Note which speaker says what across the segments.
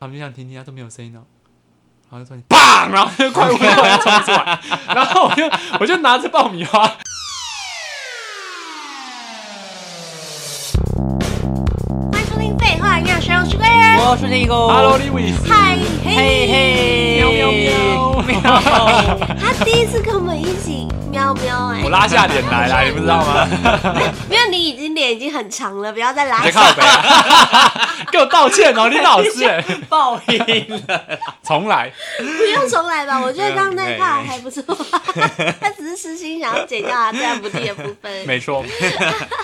Speaker 1: 他们就想听听，他都没有声音了。然后就突然砰，然后就快五秒就冲出来，然后我就我就拿着爆米花，
Speaker 2: 欢迎收听《废话营养学》，我是贵人。
Speaker 3: 我是那个
Speaker 1: Hello Lewis，
Speaker 2: 嗨
Speaker 3: 嘿
Speaker 2: 嘿，
Speaker 3: 嘿，
Speaker 1: 喵喵喵
Speaker 3: 喵，
Speaker 2: 他第一次跟我们一起喵喵哎、
Speaker 1: 我拉下脸来啦，你不知道吗？
Speaker 2: 没有，你已经脸已经很长了，不要再拉
Speaker 1: 别
Speaker 2: 下
Speaker 1: 靠。北啊， 给我道歉哦，你老师欸，
Speaker 3: 爆音了，
Speaker 1: 重来。
Speaker 2: 不用重来吧，我觉得刚刚那一趴
Speaker 3: 没有
Speaker 2: 还不错。他只是私心想要剪掉啊他这样不地的部 分，
Speaker 1: 没错，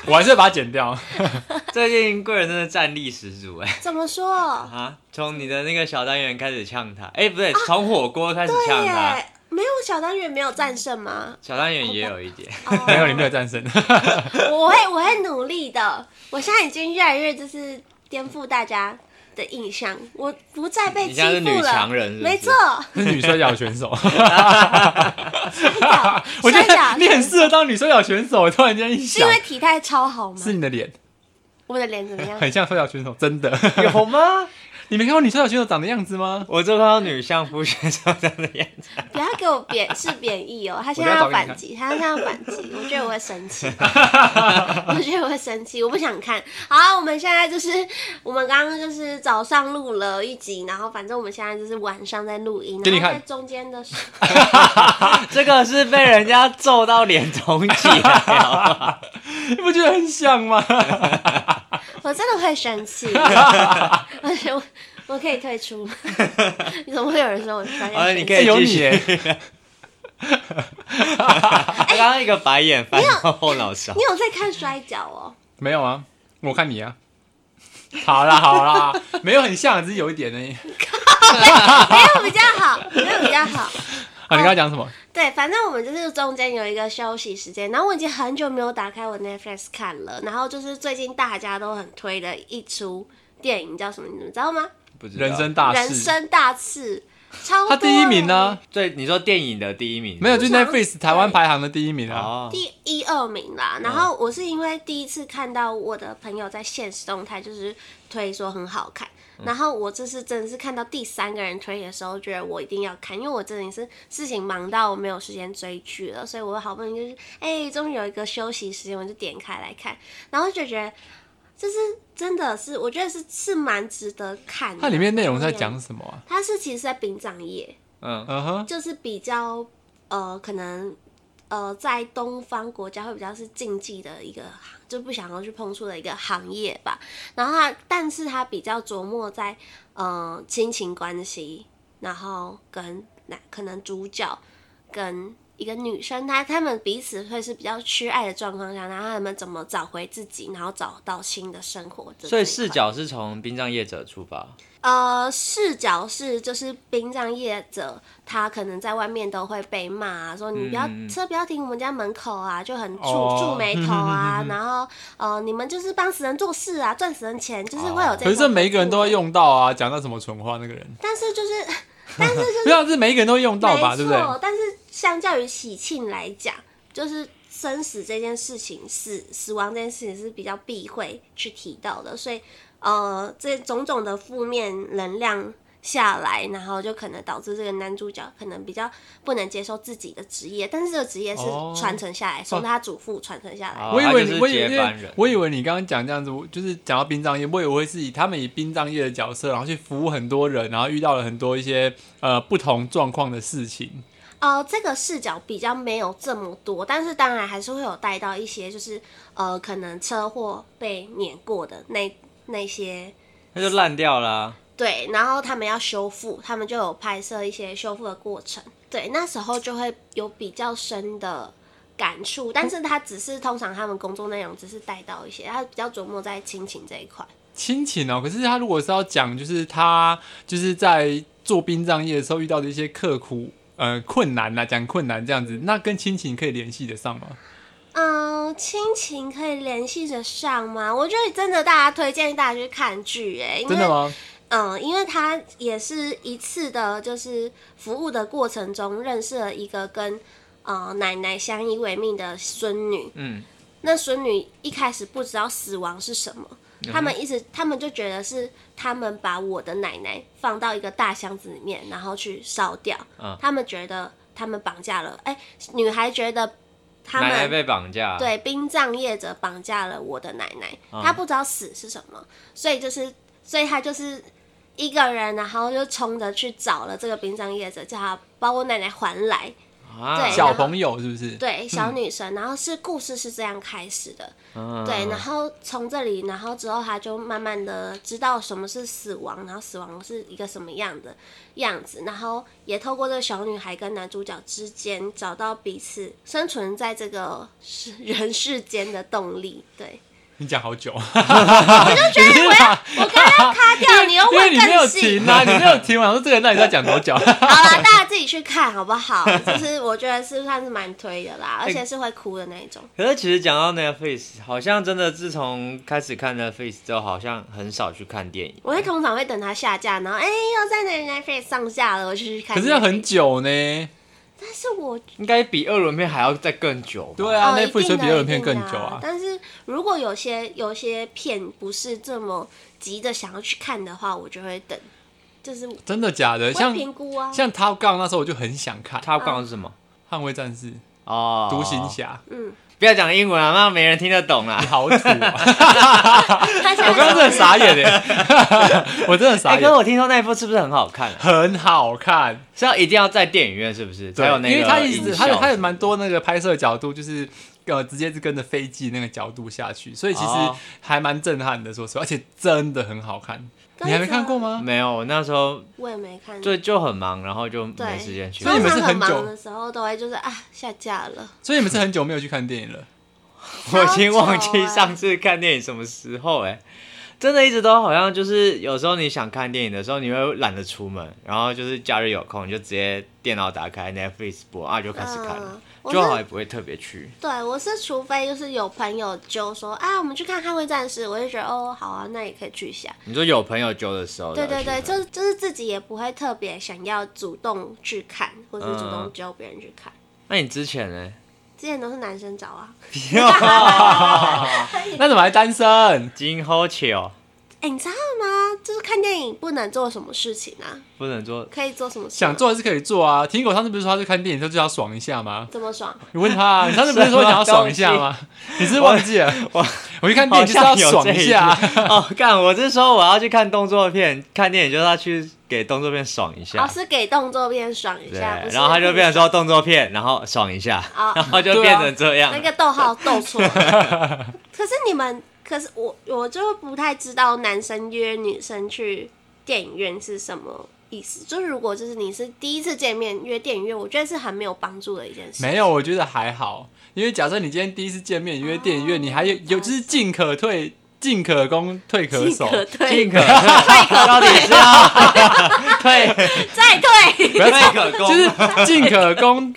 Speaker 1: 我还是把它剪
Speaker 2: 哦
Speaker 1: 掉。
Speaker 3: 最近贵人真的战力十足哎
Speaker 2: 怎么说？
Speaker 3: 啊！从你的那个小单元开始呛他，哎，不对，从火锅开始呛
Speaker 2: 啊对
Speaker 3: 他，
Speaker 2: 耶，没有小单元没有战胜吗？
Speaker 3: 小单元也有一 点，
Speaker 2: 哦
Speaker 1: 没有，你没有战胜。
Speaker 2: 我会我会努力的。我现在已经越来越就是颠覆大家的印象，我不再被
Speaker 3: 你
Speaker 2: 欺
Speaker 3: 现在是
Speaker 2: 负
Speaker 3: 女
Speaker 2: 了
Speaker 3: 强。人是不是，
Speaker 2: 没错，
Speaker 1: 是女摔跤选手，
Speaker 2: 哦
Speaker 1: 我
Speaker 2: 摔
Speaker 1: 觉
Speaker 2: 跤
Speaker 1: 得你很适合当女摔跤选手。突然间一
Speaker 2: 是因
Speaker 1: 想，
Speaker 2: 为体态超好吗
Speaker 1: 是？你的脸
Speaker 2: 我的脸怎么 样？
Speaker 1: 很像摔跤选手，真 的。
Speaker 3: 有吗？
Speaker 1: 你没看过女摔跤选手长的样子吗？
Speaker 3: 我就看到女相扑选手这样的样子，
Speaker 2: 不要给我贬是贬义哦，他现在要反击，他现在要反击，我觉得我会生气， 我觉得我会生气，我不想看。好啊，我们现在就是我们刚刚就是早上录了一集，然后反正我们现在就是晚上在录音，
Speaker 1: 给你
Speaker 2: 然后
Speaker 1: 看
Speaker 2: 在中间的时
Speaker 3: 这个是被人家揍到脸肿起来哦了，
Speaker 1: 你不觉得很像吗？
Speaker 2: 我真的会生气，而且我我可以退出， 你怎么会有人说我摔
Speaker 3: 好了，
Speaker 2: 跤选
Speaker 3: 你可
Speaker 2: 手？
Speaker 3: 以
Speaker 1: 有
Speaker 3: 继
Speaker 1: 你
Speaker 3: 续。 刚刚一个白眼翻到后脑勺
Speaker 2: 你，有在看摔跤哦？
Speaker 1: 没有啊，我看你啊。 好啦好啦，没有很像，只是有一点而已。
Speaker 2: 没有哎比较好，没有比较好。
Speaker 1: 啊，你刚刚讲什
Speaker 3: 哦
Speaker 1: 么？
Speaker 2: 对，反正我们就是中间有一个休息时间，然后我已经很久没有打开我 Netflix 看了，然后就是最近大家都很推的一出电影叫什么，你们知道吗？
Speaker 3: 不知道
Speaker 1: 人生大事，
Speaker 2: 人生大事，超
Speaker 1: 他第一名呢、
Speaker 2: 呢，
Speaker 3: 对，你说电影的第一名
Speaker 1: 没有，就是
Speaker 2: 我想
Speaker 1: Netflix 台湾排行的第一名啊。
Speaker 3: 哦，
Speaker 2: 第一二名啦。
Speaker 1: 嗯
Speaker 2: 然后我是因为第一次看到我的朋友在现实动态就是推说很好看。
Speaker 1: 嗯
Speaker 2: 然后我这次真的是看到第三个人推的时候，觉得我一定要看，因为我真的是事情忙到我没有时间追剧了，所以我好不容易就是哎，终于有一个休息时间，我就点开来看，然后就觉得这是真的是，我觉得是是蛮值得看的。
Speaker 1: 它里面内容在讲，什么啊？
Speaker 2: 它是其实在殡葬业，
Speaker 3: 嗯，
Speaker 1: 嗯哼，
Speaker 2: 就是比较呃，可能呃，在东方国家会比较是禁忌的一个行，就不想要去碰触的一个行业吧。然后它，但是它比较琢磨在呃亲情关系，然后跟那可能主角跟。一个女生，她她们彼此会是比较缺爱的状况下，然后她们怎么找回自己，然后找到新的生活的这一块。
Speaker 3: 所以视角是从殡葬业者出发，
Speaker 2: 呃，视角是就是殡葬业者，他可能在外面都会被骂、啊，说你不要、
Speaker 3: 嗯嗯嗯
Speaker 2: 车不要停我们家门口啊，就很皱
Speaker 1: 哦
Speaker 2: 皱眉头啊，
Speaker 1: 嗯嗯嗯嗯嗯
Speaker 2: 然后呃，你们就是帮死人做事啊，赚死人钱，就是会有
Speaker 1: 哦
Speaker 2: 这种。
Speaker 1: 可是这每一个人都会，用到啊，讲到什么蠢话那个人，
Speaker 2: 但是就是但是就是
Speaker 1: 不要这每一个人都会用到吧，
Speaker 2: 没
Speaker 1: 对
Speaker 2: 错，
Speaker 1: 不对？
Speaker 3: 哦
Speaker 2: 但是相较于喜庆来讲，就是生死这件事情，死死亡这件事情是比较避讳去提到的，所以呃，这种种的负面能量。下来，然后就可能导致这个男主角可能比较不能接受自己的职业，但是这个职业是
Speaker 1: 哦
Speaker 2: 传承下来，从他祖父传承下来的。
Speaker 3: 哦
Speaker 1: 我以
Speaker 3: 他
Speaker 1: 为
Speaker 3: 就
Speaker 1: 你，
Speaker 3: 是
Speaker 1: 我以
Speaker 3: 接班
Speaker 1: 为
Speaker 3: 人，
Speaker 1: 我以为你刚刚讲这样子，我就是讲到殡葬业，我以为会是以他们以殡葬业的角色，然后去服务很多人，然后遇到了很多一些呃不同状况的事情。
Speaker 2: 呃，这个视角比较没有这么多，但是当然还是会有带到一些，就是呃，可能车祸被碾过的那那些
Speaker 3: 那就烂掉啦、
Speaker 2: 对，然后他们要修复，他们就有拍摄一些修复的过程。对，那时候就会有比较深的感触，但是他只是通常他们工作内容只是带到一些，他比较琢磨在亲情这一块。
Speaker 1: 亲情哦，可是他如果是要讲，就是他就是在做殡葬业的时候遇到的一些刻苦呃困难呐、讲困难这样子，那跟亲情可以联系得上吗？
Speaker 2: 嗯，亲情可以联系得上吗？我觉得真的，大家推荐大家去看剧、哎，因
Speaker 1: 真的
Speaker 2: 为
Speaker 1: 吗？
Speaker 2: 嗯，因为他也是一次的，就是服务的过程中认识了一个跟呃奶奶相依为命的孙女，
Speaker 3: 嗯，
Speaker 2: 那孙女一开始不知道死亡是什么，
Speaker 3: 嗯
Speaker 2: 他们一直，他们就觉得是他们把我的奶奶放到一个大箱子里面，然后去烧掉。
Speaker 3: 嗯
Speaker 2: 他们觉得他们绑架了，哎、女孩觉得他
Speaker 3: 奶奶
Speaker 2: 们
Speaker 3: 被绑架，，
Speaker 2: 对殡葬业者绑架了我的奶奶，
Speaker 3: 嗯
Speaker 2: 她不知道死是什么，所以就是，所以她就是一个人，然后就冲着去找了这个殡葬业者，叫他把我奶奶还来。
Speaker 3: 啊，
Speaker 2: 对
Speaker 1: 小朋友是不是？
Speaker 2: 对，小女生，然后是故事是这样开始的。
Speaker 3: 嗯
Speaker 2: 对，然后从这里，然后之后他就慢慢的知道什么是死亡，然后死亡是一个什么样的样子，然后也透过这个小女孩跟男主角之间找到彼此生存在这个世 人世间的动力。对，
Speaker 1: 你讲好久，
Speaker 3: 哦
Speaker 2: 就觉得我要我刚刚要卡掉，你又
Speaker 1: 因为
Speaker 2: 问
Speaker 1: 你没有
Speaker 2: 更细
Speaker 1: 停。啊，啊你没有啊停，我想说这个人到底在讲多久？
Speaker 2: 好啦，大家自己去看好不 好？就是我觉得是算是蛮推的啦，而且是会哭的那一种。
Speaker 3: 可是其实讲到 Netflix，好像真的自从开始看 Netflix 之后，好像很少去看电影。
Speaker 2: 我会通常会等它下架，然后哎、又在哪里 Netflix 上架了，我就去看。
Speaker 1: 可是要很，久呢。
Speaker 2: 但是我
Speaker 3: 应该比二轮片还要再更久吧。
Speaker 1: 对啊
Speaker 2: 哦一
Speaker 1: ，Netflix 会
Speaker 2: 定的
Speaker 1: 比二轮片
Speaker 2: 一定
Speaker 1: 更
Speaker 2: 的
Speaker 1: 久啊
Speaker 2: 但是如果有些有些片不是这么急着想要去看的话，我就会等，就是我
Speaker 1: 真的假的？
Speaker 2: 会
Speaker 1: 像
Speaker 2: 评估啊。
Speaker 1: 像 Top Gun 那时候我就很想看《
Speaker 3: 他刚刚是什么？
Speaker 1: 捍卫战士》
Speaker 3: 哦
Speaker 1: 《独行， 侠
Speaker 2: 嗯，
Speaker 3: 不要讲英文啊，那没人听得懂》，啦
Speaker 1: 你。好土啊！
Speaker 2: 他
Speaker 1: 我
Speaker 2: 想
Speaker 1: 刚刚真的傻眼哎， 我真的
Speaker 3: 哎、
Speaker 1: 傻
Speaker 3: 可是
Speaker 1: 眼。
Speaker 3: 我听说那一部是不是很好看、啊？
Speaker 1: 很好看，
Speaker 3: 是要一定要在电影院是不是？才
Speaker 1: 对
Speaker 3: 有，那个
Speaker 1: 因为它一
Speaker 3: 音
Speaker 1: 直
Speaker 3: 效
Speaker 1: 它有它有蛮多那个拍摄角度，就是呃直接是跟着飞机那个角度下去，所以其实
Speaker 3: 哦
Speaker 1: 还蛮震撼的，说实话，而且真的很好看。
Speaker 3: 哦
Speaker 1: 你还没看过？吗？
Speaker 3: 没有，我那时候
Speaker 2: 我也没看。
Speaker 3: 就就很忙，然后就
Speaker 2: 对，
Speaker 3: 没时间去
Speaker 1: 所。以你们是
Speaker 2: 通常
Speaker 1: 很久
Speaker 2: 忙的时候都会就是啊下架了，
Speaker 1: 所以你们是很久没有去看电影了，
Speaker 3: 我已经忘记
Speaker 2: 超久欸
Speaker 3: 上次看电影什么时候哎、真的一直都好像就是有时候你想看电影的时候，你会懒得出门，然后就是假日有空你就直接电脑打开 Netflix 播啊就开始看了
Speaker 2: 嗯，我
Speaker 3: 就是好也不会特别去。
Speaker 2: 对，我是除非就是有朋友就说啊，我们去看《捍卫战士》，我就觉得哦，好啊，那也可以去一下。
Speaker 3: 你说有朋友揪的时候才
Speaker 2: 对
Speaker 3: 会去
Speaker 2: 对
Speaker 3: 看，
Speaker 2: 对，就是就是自己也不会特别想要主动去看，或是主
Speaker 3: 嗯
Speaker 2: 动揪别人去看。
Speaker 3: 那你之前呢？
Speaker 2: 之前都是男生找啊，
Speaker 1: 那怎么还单身？
Speaker 3: 今后且哦，
Speaker 2: 哎、你知道吗？就是看电影不能做什么事情啊，
Speaker 3: 不能做
Speaker 2: 可以做什么事？
Speaker 1: 想做还是可以做啊。听狗上次不是说他去看电影，他就要爽一下吗？
Speaker 2: 这么爽，
Speaker 1: 你问他、啊，你上次不是说想要爽一下 吗？你是不是忘记了？
Speaker 3: 我
Speaker 1: 我去看电
Speaker 3: 好
Speaker 1: 影就是要
Speaker 3: 像有
Speaker 1: 爽
Speaker 3: 这一
Speaker 1: 下啊，
Speaker 3: 句哦。干，我是说我要去看动作片，看电影就是要去给动作片爽一下
Speaker 2: 老。师给动作片爽哦一
Speaker 3: 对，
Speaker 2: 下，不是
Speaker 3: 然后他就变成说动作片，然后爽一下，
Speaker 2: 哦
Speaker 3: 然后就
Speaker 1: 对啊
Speaker 3: 变成这样
Speaker 2: 那。个逗号逗错了。可是你们，可是我我就不太知道男生约女生去电影院是什么意思。就是如果就是你是第一次见面约电影院，我觉得是很没有帮助的一件事。
Speaker 1: 没有，我觉得还好，因为假设你今天第一次见面约电影院，你还有有就是进可退，进可攻，退可
Speaker 2: 进
Speaker 1: 守，
Speaker 2: 可退，
Speaker 3: 进可退，到底是要 退
Speaker 2: 再退。
Speaker 1: 不要
Speaker 3: 退可攻，
Speaker 1: 就是进可攻，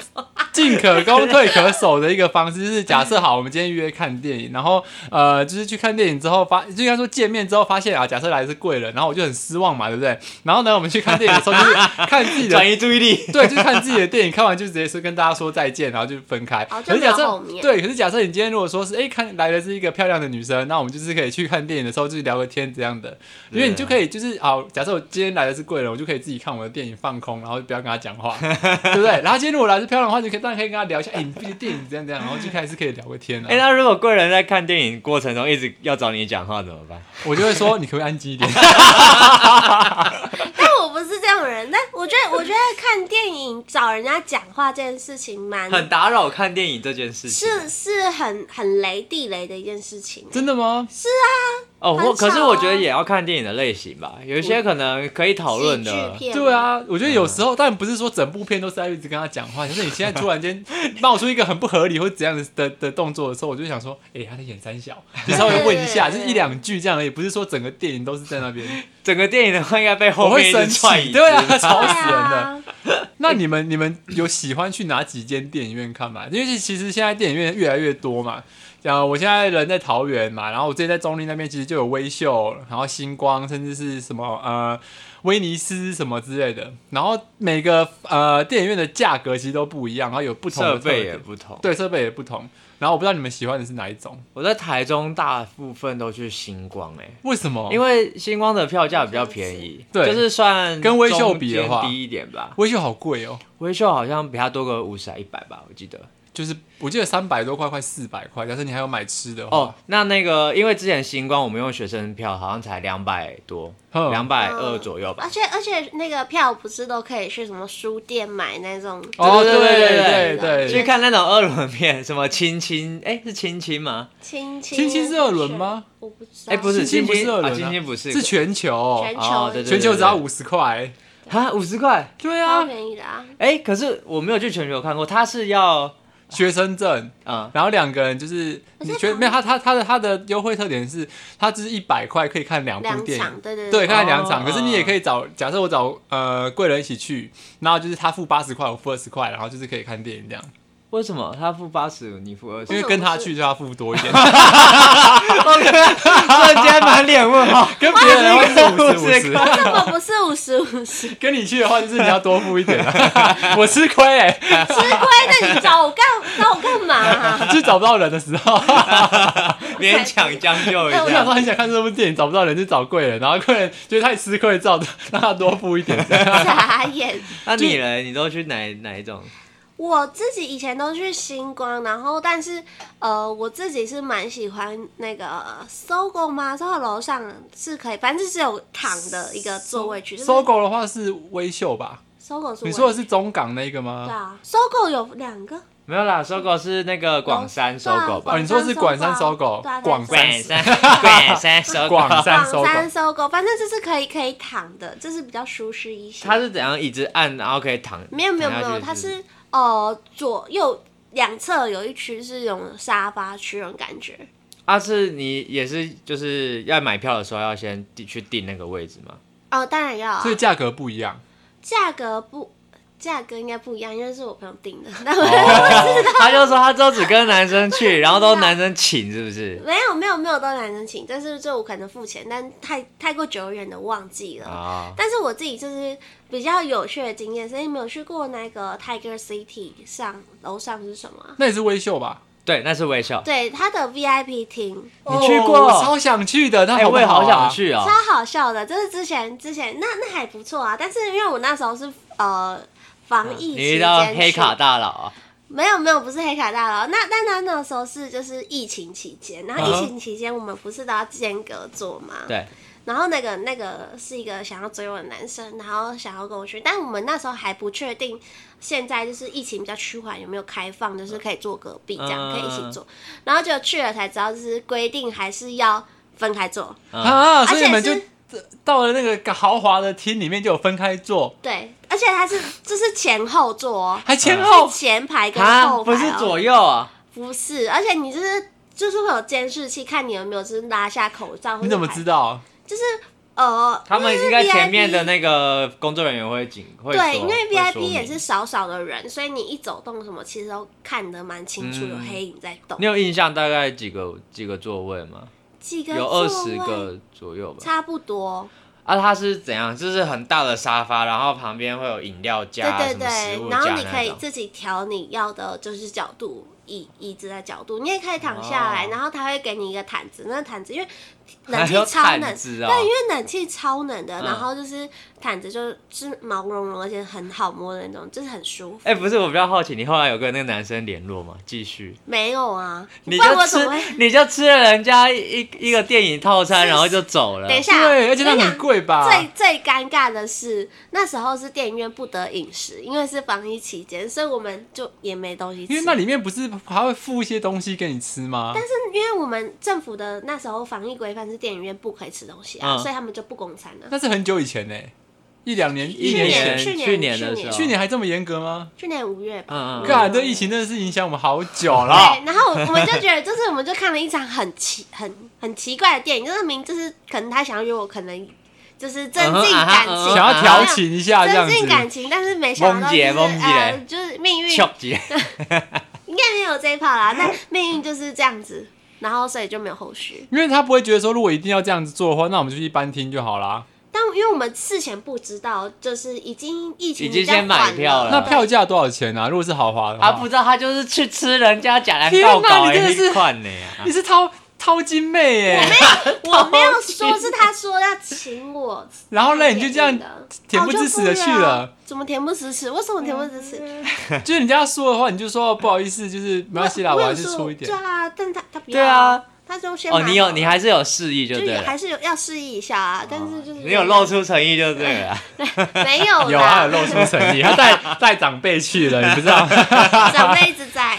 Speaker 1: 进可攻，退可守的一个方式。就是假设好，我们今天约看电影，然后呃，就是去看电影之后发，就应该说见面之后发现啊，假设来的是贵人，然后我就很失望嘛，对不对？然后呢，我们去看电影的时候，就是看自己的
Speaker 3: 转移注意力。
Speaker 1: 对，就是看自己的电影，看完就直接说跟大家说再见，然后就分开。
Speaker 2: 哦就
Speaker 1: 可是假
Speaker 2: 没有
Speaker 1: 设
Speaker 2: 后面
Speaker 1: 对，可是假设你今天如果说是哎、看来的是一个漂亮的女生，那我们就是可以去看电影的时候就是聊个天这样的，因为你就可以就是啊，假设我今天来的是贵人，我就可以自己看我的电影放空，然后不要跟她讲话，对不对？然后今天如果来是漂亮的话，就可以当然可以跟她聊一下，哎、你这个电影怎样怎样，然后就开始可以聊个天了、
Speaker 3: 哎，那如果贵人在看电影过程中一直要找你讲话怎么办？
Speaker 1: 我就会说你可不可以安静一点？
Speaker 2: 但我不是这样的人，但我觉得我觉得看电影找人家讲话这件事情蛮
Speaker 3: 很打扰看电影这件事情。
Speaker 2: 是是很很雷地雷的一件事情。
Speaker 1: 真的吗？
Speaker 3: 哦，
Speaker 2: 很
Speaker 3: 我可是
Speaker 2: 少
Speaker 3: 我
Speaker 2: 啊
Speaker 3: 觉得也要看电影的类型吧，有一些可能可以讨论的
Speaker 2: 喜剧。片
Speaker 1: 对，啊，我觉得有时候，但不是说整部片都是在一直跟他讲话，就是你现在突然间冒出一个很不合理或怎样的的的动作的时候，我就想说，哎、他在演三小，就稍微问一下，就
Speaker 2: 对
Speaker 1: 是一两句这样而已，不是说整个电影都是在那边，
Speaker 3: 整个电影的话应该被
Speaker 1: 我
Speaker 3: 后面
Speaker 1: 会
Speaker 3: 一直
Speaker 1: 生
Speaker 3: 踹椅
Speaker 1: 气，
Speaker 3: 子。
Speaker 1: 对啊，吵
Speaker 2: 对
Speaker 1: 死人了。
Speaker 2: 啊，
Speaker 1: 那你们你们有喜欢去哪几间电影院看吗？因为其实现在电影院越来越多嘛。讲我现在人在桃园嘛，然后我之前在中立那边其实就有微秀，然后星光，甚至是什么呃威尼斯什么之类的。然后每个呃电影院的价格其实都不一样，然后有不同的
Speaker 3: 设备
Speaker 1: 特
Speaker 3: 也
Speaker 1: 点
Speaker 3: 不同。
Speaker 1: 对设备也不同。然后我不知道你们喜欢的是哪一种，
Speaker 3: 我在台中大部分都去星光、欸，
Speaker 1: 为什么？
Speaker 3: 因为星光的票价比较便宜，
Speaker 1: 对
Speaker 3: 哦就是算
Speaker 1: 跟微秀比的话
Speaker 3: 中间低一点吧。
Speaker 1: 微秀好贵哦，
Speaker 3: 微秀好像比它多个五十还一百吧，我记得。
Speaker 1: 就是我记得三百多块，快四百块，但是你还要买吃的话
Speaker 3: 哦，，那那个因为之前星光我们用学生票好像才两百多，
Speaker 1: 哼
Speaker 3: 两百二左右吧
Speaker 2: 而。且而且那个票不是都可以去什么书店买那种？
Speaker 1: 哦，
Speaker 3: 对
Speaker 1: 对
Speaker 3: 对对
Speaker 1: 对
Speaker 2: 对
Speaker 3: 去
Speaker 1: 对，
Speaker 3: 看那种二轮片，什么亲亲，哎、是亲亲吗？
Speaker 2: 亲亲
Speaker 1: 亲亲是二轮吗？
Speaker 2: 我不知道。
Speaker 3: 哎、不是
Speaker 1: 亲
Speaker 3: 亲
Speaker 1: 不是二轮
Speaker 3: 啊，
Speaker 1: 啊
Speaker 3: 亲亲不是，
Speaker 1: 是全球，
Speaker 2: 全
Speaker 3: 哦
Speaker 2: 球
Speaker 3: 对对
Speaker 1: 全球只要五十块，
Speaker 3: 啊五十块，
Speaker 1: 对
Speaker 2: 超
Speaker 1: 啊，
Speaker 2: 便宜的啊！
Speaker 3: 哎、可是我没有去全球看过，他是要
Speaker 1: 学生证。
Speaker 3: 啊、
Speaker 1: 然后两个人就是，
Speaker 2: 可是
Speaker 1: 你觉得
Speaker 2: 他
Speaker 1: 没有他他他的他的优惠特点是，他只是一百块可以看两部
Speaker 2: 两
Speaker 1: 电
Speaker 2: 场，
Speaker 1: 影，
Speaker 2: 对对
Speaker 1: 对，看两
Speaker 3: 哦
Speaker 1: 场。可是你也可以找，假设我找呃贵人一起去，然后就是他付八十块，我付二十块，然后就是可以看电影这样。
Speaker 3: 为什么他付八十，你付二
Speaker 1: 因
Speaker 3: 十？
Speaker 1: 为跟他去就要付多一点，
Speaker 3: 瞬间满脸问号。
Speaker 1: 跟别人的话 就是五十五
Speaker 3: 50
Speaker 1: 十，
Speaker 2: 为什么不是五十五十？
Speaker 1: 跟你去的话就是你要多付一点啊。 我吃亏哎、
Speaker 2: 吃亏，那你找我干找我干嘛啊、
Speaker 1: 就是找不到人的时 候，
Speaker 3: 勉强将就一
Speaker 1: 我想
Speaker 3: 下。
Speaker 1: 说很想看这部电影，找不到人就找贵人，然后贵人觉得太吃亏，照让他多付一点。
Speaker 2: 傻眼！
Speaker 3: 那你嘞？你都去哪哪一种？
Speaker 2: 我自己以前都去星光，然后但是呃，我自己是蛮喜欢那个呃搜狗嘛，搜狗楼上是可以，反正就是有躺的一个座位区。就是
Speaker 1: 搜狗的话是微秀吧？
Speaker 2: 搜狗是
Speaker 1: 你说的
Speaker 2: 是？
Speaker 1: 是中港那个吗？
Speaker 2: 对啊，搜狗有两个，
Speaker 3: 没有啦，搜狗是那个广山搜狗吧？
Speaker 1: 哦，你说是广山搜狗
Speaker 2: 对啊，
Speaker 1: 广
Speaker 3: 广
Speaker 1: 山
Speaker 3: 山，广山搜狗。
Speaker 1: 广山搜
Speaker 2: 网
Speaker 1: 狗，
Speaker 2: 山搜狗，反正就是可以可以躺的，就是比较舒适一些。
Speaker 3: 它是怎样椅子按，然后可以躺？
Speaker 2: 没有没有没
Speaker 3: 躺下去
Speaker 2: 有，它是呃左右两侧有一区是有沙发区那种感觉，
Speaker 3: 啊，是你也是就是要买票的时候要先地去订那个位置 吗？
Speaker 2: 哦，当然要、啊
Speaker 1: 所，以价格不一样。
Speaker 2: 价格不价格应该不一样，因为是我朋友订的， 但
Speaker 3: 哦他就说他都只跟男生去，然后都男生请，是不 是？
Speaker 2: 没有没有没有都男生请，但是就我可能付钱，但太太过久远的忘记了。
Speaker 3: 啊，
Speaker 2: 但是我自己就是比较有趣的经验，所以你们有去过那个 Tiger City 上楼上是什么啊？
Speaker 1: 那也是微秀吧？
Speaker 3: 对，那是微笑。
Speaker 2: 对，哦它的 VIP 厅
Speaker 1: 你
Speaker 3: 去过
Speaker 1: 我超想去的，那
Speaker 3: 哎，
Speaker 1: 好不
Speaker 3: 我也
Speaker 1: 好
Speaker 3: 好
Speaker 1: 啊
Speaker 3: 想。去哦
Speaker 2: 超。好笑的，就是之前之前那那还不错啊，但是因为我那时候是呃防疫期
Speaker 3: 嗯你
Speaker 2: 间去，
Speaker 3: 遇到黑卡大佬啊？
Speaker 2: 没有没有，不是黑卡大佬。那但他那时候是就是疫情期间，然后疫情期间我们不是都要间隔坐嘛？
Speaker 3: 对。
Speaker 2: 然后那个那个是一个想要追我的男生，然后想要跟我去，但我们那时候还不确定，现在就是疫情比较趋缓，有没有开放，就是可以坐隔壁这样，
Speaker 3: 嗯
Speaker 2: 可以一起坐。然后就去了才知道，就是规定还是要分开 坐。
Speaker 1: 啊！
Speaker 3: 嗯
Speaker 1: 所以
Speaker 2: 而且
Speaker 1: 你们就是到了那个豪华的厅里面就有分开坐，
Speaker 2: 对，而且它是就是前后座哦，
Speaker 1: 还
Speaker 3: 嗯
Speaker 1: 前后
Speaker 2: 是前排跟
Speaker 3: 啊，
Speaker 2: 后排、
Speaker 3: 不
Speaker 2: 哦，
Speaker 3: 是左右啊？
Speaker 2: 不是，而且你就是就是会有监视器，看你有没有就是拉下口罩。
Speaker 1: 你怎么知
Speaker 2: 道？
Speaker 1: 道？
Speaker 2: 就是呃，
Speaker 3: 他们应该前面的
Speaker 2: 个。
Speaker 3: 那个工作人员会警会说
Speaker 2: 对，因为
Speaker 3: 会
Speaker 2: VIP
Speaker 3: 说明
Speaker 2: 也是少少的人，所以你一走动什么，其实都看得蛮清楚，有黑影在动
Speaker 3: 嗯你。有印象大概几个几个座位吗？
Speaker 2: 几个
Speaker 3: 有
Speaker 2: 座
Speaker 3: 二
Speaker 2: 位
Speaker 3: 十，个左右吧。
Speaker 2: 差不多。
Speaker 3: 啊，它是怎样？就是很大的沙发，然后旁边会有饮料
Speaker 2: 对
Speaker 3: 架、
Speaker 2: 对
Speaker 3: 啊什么食
Speaker 2: 对，
Speaker 3: 物
Speaker 2: 然后
Speaker 3: 架
Speaker 2: 你可
Speaker 3: 那
Speaker 2: 以
Speaker 3: 种。
Speaker 2: 自己调你要的就是角度，椅椅子的角度，你也可以躺下来，
Speaker 3: 哦
Speaker 2: 然后他会给你一个毯子，那毯子因为冷
Speaker 3: 还
Speaker 2: 气
Speaker 3: 有
Speaker 2: 超冷
Speaker 3: 毯，子哦
Speaker 2: 对，因为冷气超冷的，
Speaker 3: 嗯
Speaker 2: 然后就是毯子就是毛茸茸，而且很好摸的那种，就是很舒服。
Speaker 3: 哎、不是，我比较好奇，你后来有跟那个男生联络吗？继续，
Speaker 2: 没有啊，
Speaker 3: 你
Speaker 2: 不然
Speaker 3: 就
Speaker 2: 我怎么
Speaker 3: 吃，
Speaker 2: 会？
Speaker 3: 你就吃了人家一一个电影套餐，
Speaker 2: 是
Speaker 3: 然后就走了。
Speaker 2: 等一下，
Speaker 1: 对，而且那
Speaker 2: 我跟你
Speaker 1: 很
Speaker 2: 讲
Speaker 1: 贵
Speaker 3: 啊
Speaker 1: 吧？
Speaker 2: 最最尴尬的是，那时候是电影院不得饮食，因为是防疫期间，所以我们就也没东西吃。
Speaker 1: 因为那里面不是还会附一些东西给你吃吗？
Speaker 2: 但是因为我们政府的那时候防疫规范是电影院不可以吃东西啊，
Speaker 3: 嗯
Speaker 2: 所以他们就不供餐了。
Speaker 1: 那是很久以前呢、一两年、一
Speaker 3: 去
Speaker 1: 年前，
Speaker 2: 去
Speaker 3: 前
Speaker 2: 年
Speaker 3: 去
Speaker 2: 年
Speaker 3: 的时候，
Speaker 1: 去年还这么严格吗？
Speaker 2: 去年五月吧，
Speaker 3: 哦嗯嗯嗯
Speaker 1: 干，这疫情真的是影响我们好久了。
Speaker 2: 对，然后我们就觉得，就是我们就看了一场很奇、很很奇怪的电影，就是明就是可能他想要约我，可能就是增进感
Speaker 3: 嗯哼啊哈嗯
Speaker 2: 情，
Speaker 3: 哼
Speaker 1: 想要调情一下这样
Speaker 2: 增
Speaker 1: 子，
Speaker 2: 进感情，但是没想到就
Speaker 3: 蒙
Speaker 2: 是
Speaker 3: 姐蒙姐
Speaker 2: 呃，就是命运
Speaker 3: 翘起来
Speaker 2: 应该没有这一炮啦，但命运就是这样子，然后所以就没有后续。
Speaker 1: 因为他不会觉得说，如果一定要这样子做的话，那我们就去一般厅就好啦。
Speaker 2: 但因为我们事前不知道，就是已经疫情
Speaker 3: 已经
Speaker 2: 比较
Speaker 3: 先买
Speaker 2: 缓
Speaker 3: 票了
Speaker 1: 那
Speaker 2: 对
Speaker 1: 票价多少钱啊？如果是豪华的话，
Speaker 3: 他不知道他就是去吃人家假兰
Speaker 1: 天
Speaker 3: 告
Speaker 1: 哪
Speaker 3: 搞
Speaker 1: 你真的是
Speaker 3: 一款呢、啊
Speaker 1: 你是掏掏金妹耶、
Speaker 2: 我没有说是他说要请我，
Speaker 1: 然后嘞，你就这样
Speaker 2: 的
Speaker 1: 恬不知耻的去了。嗯
Speaker 2: 怎么恬不知耻？为什么恬不知耻？
Speaker 1: 就是人家说的话，你就说不好意思，就是没关系啦，
Speaker 2: 我
Speaker 1: 我
Speaker 2: 有
Speaker 1: 还是
Speaker 2: 说
Speaker 1: 出一点
Speaker 2: 对。啊，但他他不
Speaker 3: 对
Speaker 2: 要
Speaker 3: 啊，
Speaker 2: 他就先
Speaker 3: 哦，
Speaker 2: 买
Speaker 3: 你有
Speaker 2: 好
Speaker 3: 你
Speaker 2: 了
Speaker 3: 还是有示意就
Speaker 2: 就是
Speaker 3: 对了，
Speaker 2: 还是有要示意一下
Speaker 1: 哦
Speaker 2: 啊，但是就是
Speaker 3: 你有露出诚意就对了。
Speaker 2: 没 有
Speaker 1: 有啊，
Speaker 2: 啦
Speaker 1: 有，露出诚 意，他带带长辈去了，你不知道吗？
Speaker 2: 长辈一直 在。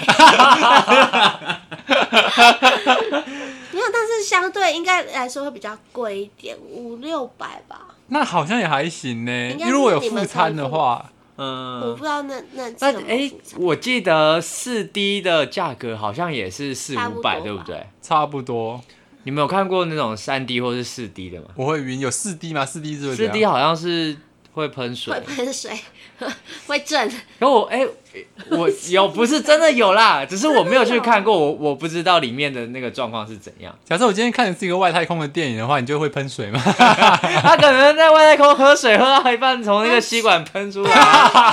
Speaker 2: 没有，但是相对应该来说会比较贵一点，五六百吧。
Speaker 1: 那好像也还行呢
Speaker 2: 应该，是
Speaker 1: 如果有副餐的话，
Speaker 2: 我
Speaker 3: 嗯
Speaker 2: 不，知道那那
Speaker 3: 那
Speaker 2: 这种
Speaker 3: 哎、我记得四 D 的价格好像也是四
Speaker 2: 差
Speaker 3: 五
Speaker 2: 不多
Speaker 3: 百，
Speaker 2: 吧
Speaker 3: 对不对？
Speaker 1: 差不多。
Speaker 3: 你们有看过那种三 D 或是四 D 的吗？
Speaker 1: 我会晕，有四 D 吗？四 D 是不是这
Speaker 3: 四啊
Speaker 1: 样
Speaker 3: D 好像是会喷水
Speaker 2: 会，喷水， 会震。
Speaker 3: 然后我哎、 我有不是真的有啦，只是我没有去看过，我我不知道里面的那个状况是怎样。
Speaker 1: 假设我今天看的是一个外太空的电影的话，你就会喷水 吗？
Speaker 3: 他啊可能在外太空喝水，喝到一半从那个吸管喷出来，啊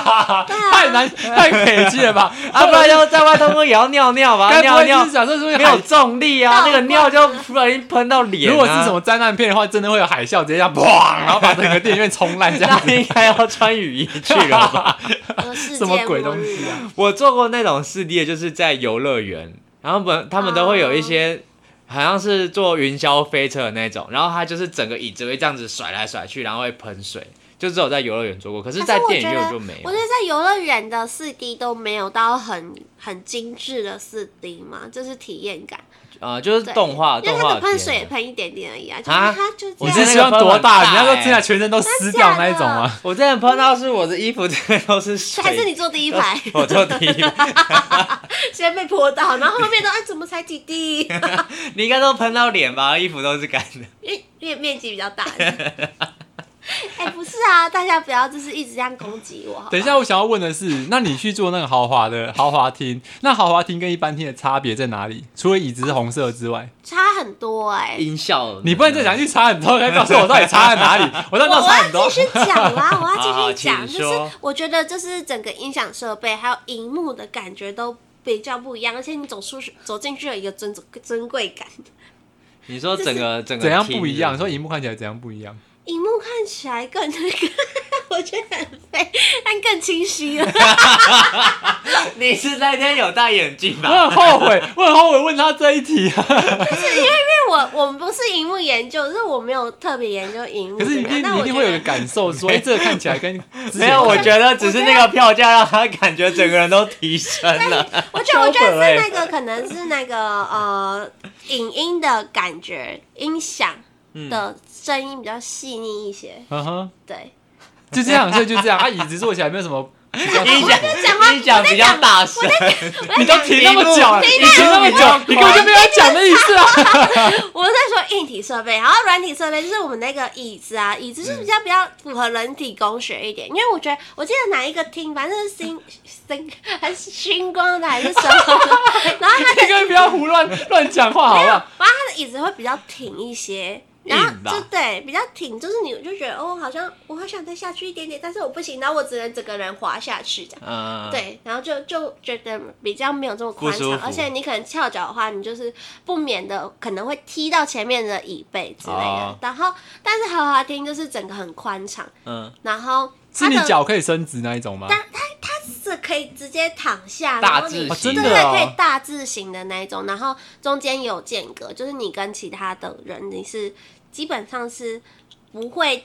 Speaker 1: 太难，太可惜了 吧？
Speaker 3: 啊，不然就在外太空也要尿尿吧，
Speaker 1: 该不
Speaker 3: 啊尿
Speaker 1: 会就
Speaker 3: 尿
Speaker 1: 是假设说
Speaker 3: 没
Speaker 1: 海
Speaker 3: 有重力啊，
Speaker 2: 倒
Speaker 3: 那个尿就不小心喷到脸、啊。
Speaker 1: 如果是什么灾难片的话，真的会有海啸直接这样 砰，然后把整个电影院冲烂这样
Speaker 3: 那
Speaker 1: 子。
Speaker 3: 应该要穿雨衣去了吧？
Speaker 2: 呃世界
Speaker 1: 什么鬼
Speaker 2: 末
Speaker 1: 东
Speaker 2: 日
Speaker 1: 西啊
Speaker 3: 我做过那种四 D 的，就是在游乐园，然后本他们都会有一些。
Speaker 2: 哦
Speaker 3: 好像是坐云霄飞车的那种，然后它就是整个椅子会这样子甩来甩去，然后会喷水，就只有在游乐园做过，可是，
Speaker 2: 可
Speaker 3: 在
Speaker 2: 我
Speaker 3: 电影
Speaker 2: 觉
Speaker 3: 院
Speaker 2: 得
Speaker 3: 我就没有
Speaker 2: 我觉。得在游乐园的四 D 都没有到很很精致的四 D 嘛，就是体验感。
Speaker 3: 呃，就是
Speaker 2: 对
Speaker 3: 动画，
Speaker 2: 因
Speaker 3: 动
Speaker 2: 为它
Speaker 3: 画的
Speaker 2: 的喷
Speaker 3: 片
Speaker 2: 水也
Speaker 3: 段
Speaker 2: 喷一点点而已啊，就是
Speaker 3: 啊
Speaker 2: 它就
Speaker 1: 你
Speaker 2: 这
Speaker 3: 我
Speaker 2: 样。
Speaker 1: 是希望多大？人家说真的全身都湿掉那一种
Speaker 2: 真的假啊
Speaker 1: 吗？
Speaker 3: 我之前碰到是我的衣服，这边都是水，
Speaker 2: 还是你坐第一排，
Speaker 3: 我坐第一排，
Speaker 2: 先被泼到，然后后面都哎怎么才几滴？
Speaker 3: 你应该都喷到脸吧，衣服都是干的。
Speaker 2: 因为因为面积比较大。哎、 不是啊，大家不要就是一直这样攻击我。好吧
Speaker 1: 等一，下，我想要问的是，那你去做那个豪华的豪华厅，那豪华厅跟一般厅的差别在哪里？除了椅子是红色之外，
Speaker 2: 差很多哎、
Speaker 3: 音效，
Speaker 1: 你不能再讲去差很多，该告诉我到底差在哪 里？我到底
Speaker 2: 我我
Speaker 1: 差很
Speaker 2: 要
Speaker 1: 多
Speaker 2: 继。续讲啦，我要继续
Speaker 3: 好好
Speaker 2: 讲，
Speaker 3: 请
Speaker 2: 就
Speaker 3: 说
Speaker 2: 是我觉得就是整个音响设备还有荧幕的感觉都比较不一样，而且你走出去走进去有一个尊尊贵感。
Speaker 3: 你说整个整个
Speaker 1: 怎样
Speaker 3: 厅
Speaker 1: 不一样？说
Speaker 3: 是
Speaker 1: 啊荧幕看起来怎样不一样？
Speaker 2: 荧幕看起来更那个，我觉得很废，但更清晰了。
Speaker 3: 不是你是那天有戴眼镜
Speaker 1: 我
Speaker 3: 吧？
Speaker 1: 很后悔，我很后悔问他这一题啊。
Speaker 2: 因为我我们不是荧幕研究，就是我没有特别研究荧幕
Speaker 1: 可
Speaker 2: 的
Speaker 1: 是
Speaker 2: 人。
Speaker 1: 你一定
Speaker 2: 那
Speaker 1: 你一
Speaker 2: 我
Speaker 1: 定
Speaker 2: 觉
Speaker 1: 会有
Speaker 2: 得
Speaker 1: 个感受，说哎，这个看起来跟 之前
Speaker 3: 没有，我
Speaker 1: 看
Speaker 3: 觉得只是那个票价让他感觉整个人都提升了。
Speaker 2: 我觉得我觉得
Speaker 3: 超粉
Speaker 2: 是
Speaker 3: 欸
Speaker 2: 那个可能是那个呃影音的感觉，音响的声音比较细腻一些。
Speaker 1: 嗯哼，
Speaker 2: 对，
Speaker 1: 就这样，所以就这样。啊，椅子坐起来没有什么比较
Speaker 3: 音响
Speaker 2: 讲话
Speaker 3: 音响比较大声，
Speaker 1: 你都停那么久了，
Speaker 2: 停
Speaker 1: 你停那么久，啊你根本就没有要讲的意思啊！
Speaker 2: 我在说硬体设备，然后软体设备就是我们那个椅子啊，椅子是比
Speaker 3: 嗯
Speaker 2: 较比较符合人体工学一点，因为我觉得我记得哪一个厅，反正是 星星还是星光的还是什么的，然后它的
Speaker 1: 你根本不要胡乱乱讲话，好
Speaker 2: 没
Speaker 1: 不
Speaker 2: 有，
Speaker 1: 好？
Speaker 2: 然后它的椅子会比较挺一些，然后
Speaker 3: 硬吧
Speaker 2: 就对比较挺，就是你就觉得哦，好像我好想再下去一点点，但是我不行，然后我只能整个人滑下去这样。
Speaker 3: 嗯，
Speaker 2: 对，然后就就觉得比较没有这么宽
Speaker 3: 不舒
Speaker 2: 敞，
Speaker 3: 服
Speaker 2: 而且你可能翘脚的话，你就是不免的可能会踢到前面的椅背之类的。
Speaker 3: 哦
Speaker 2: 然后，但是豪华厅就是整个很宽敞，
Speaker 3: 嗯，
Speaker 2: 然后
Speaker 1: 是
Speaker 2: 它
Speaker 1: 你
Speaker 2: 的
Speaker 1: 脚可以伸直那一种吗？
Speaker 2: 但它它是可以直接躺下，
Speaker 3: 大
Speaker 2: 然后你
Speaker 3: 字
Speaker 1: 哦真
Speaker 3: 型
Speaker 1: 的
Speaker 2: 对，
Speaker 1: 哦
Speaker 2: 可以大字型的那一种，然后中间有间隔，就是你跟其他的人你是基本上是不会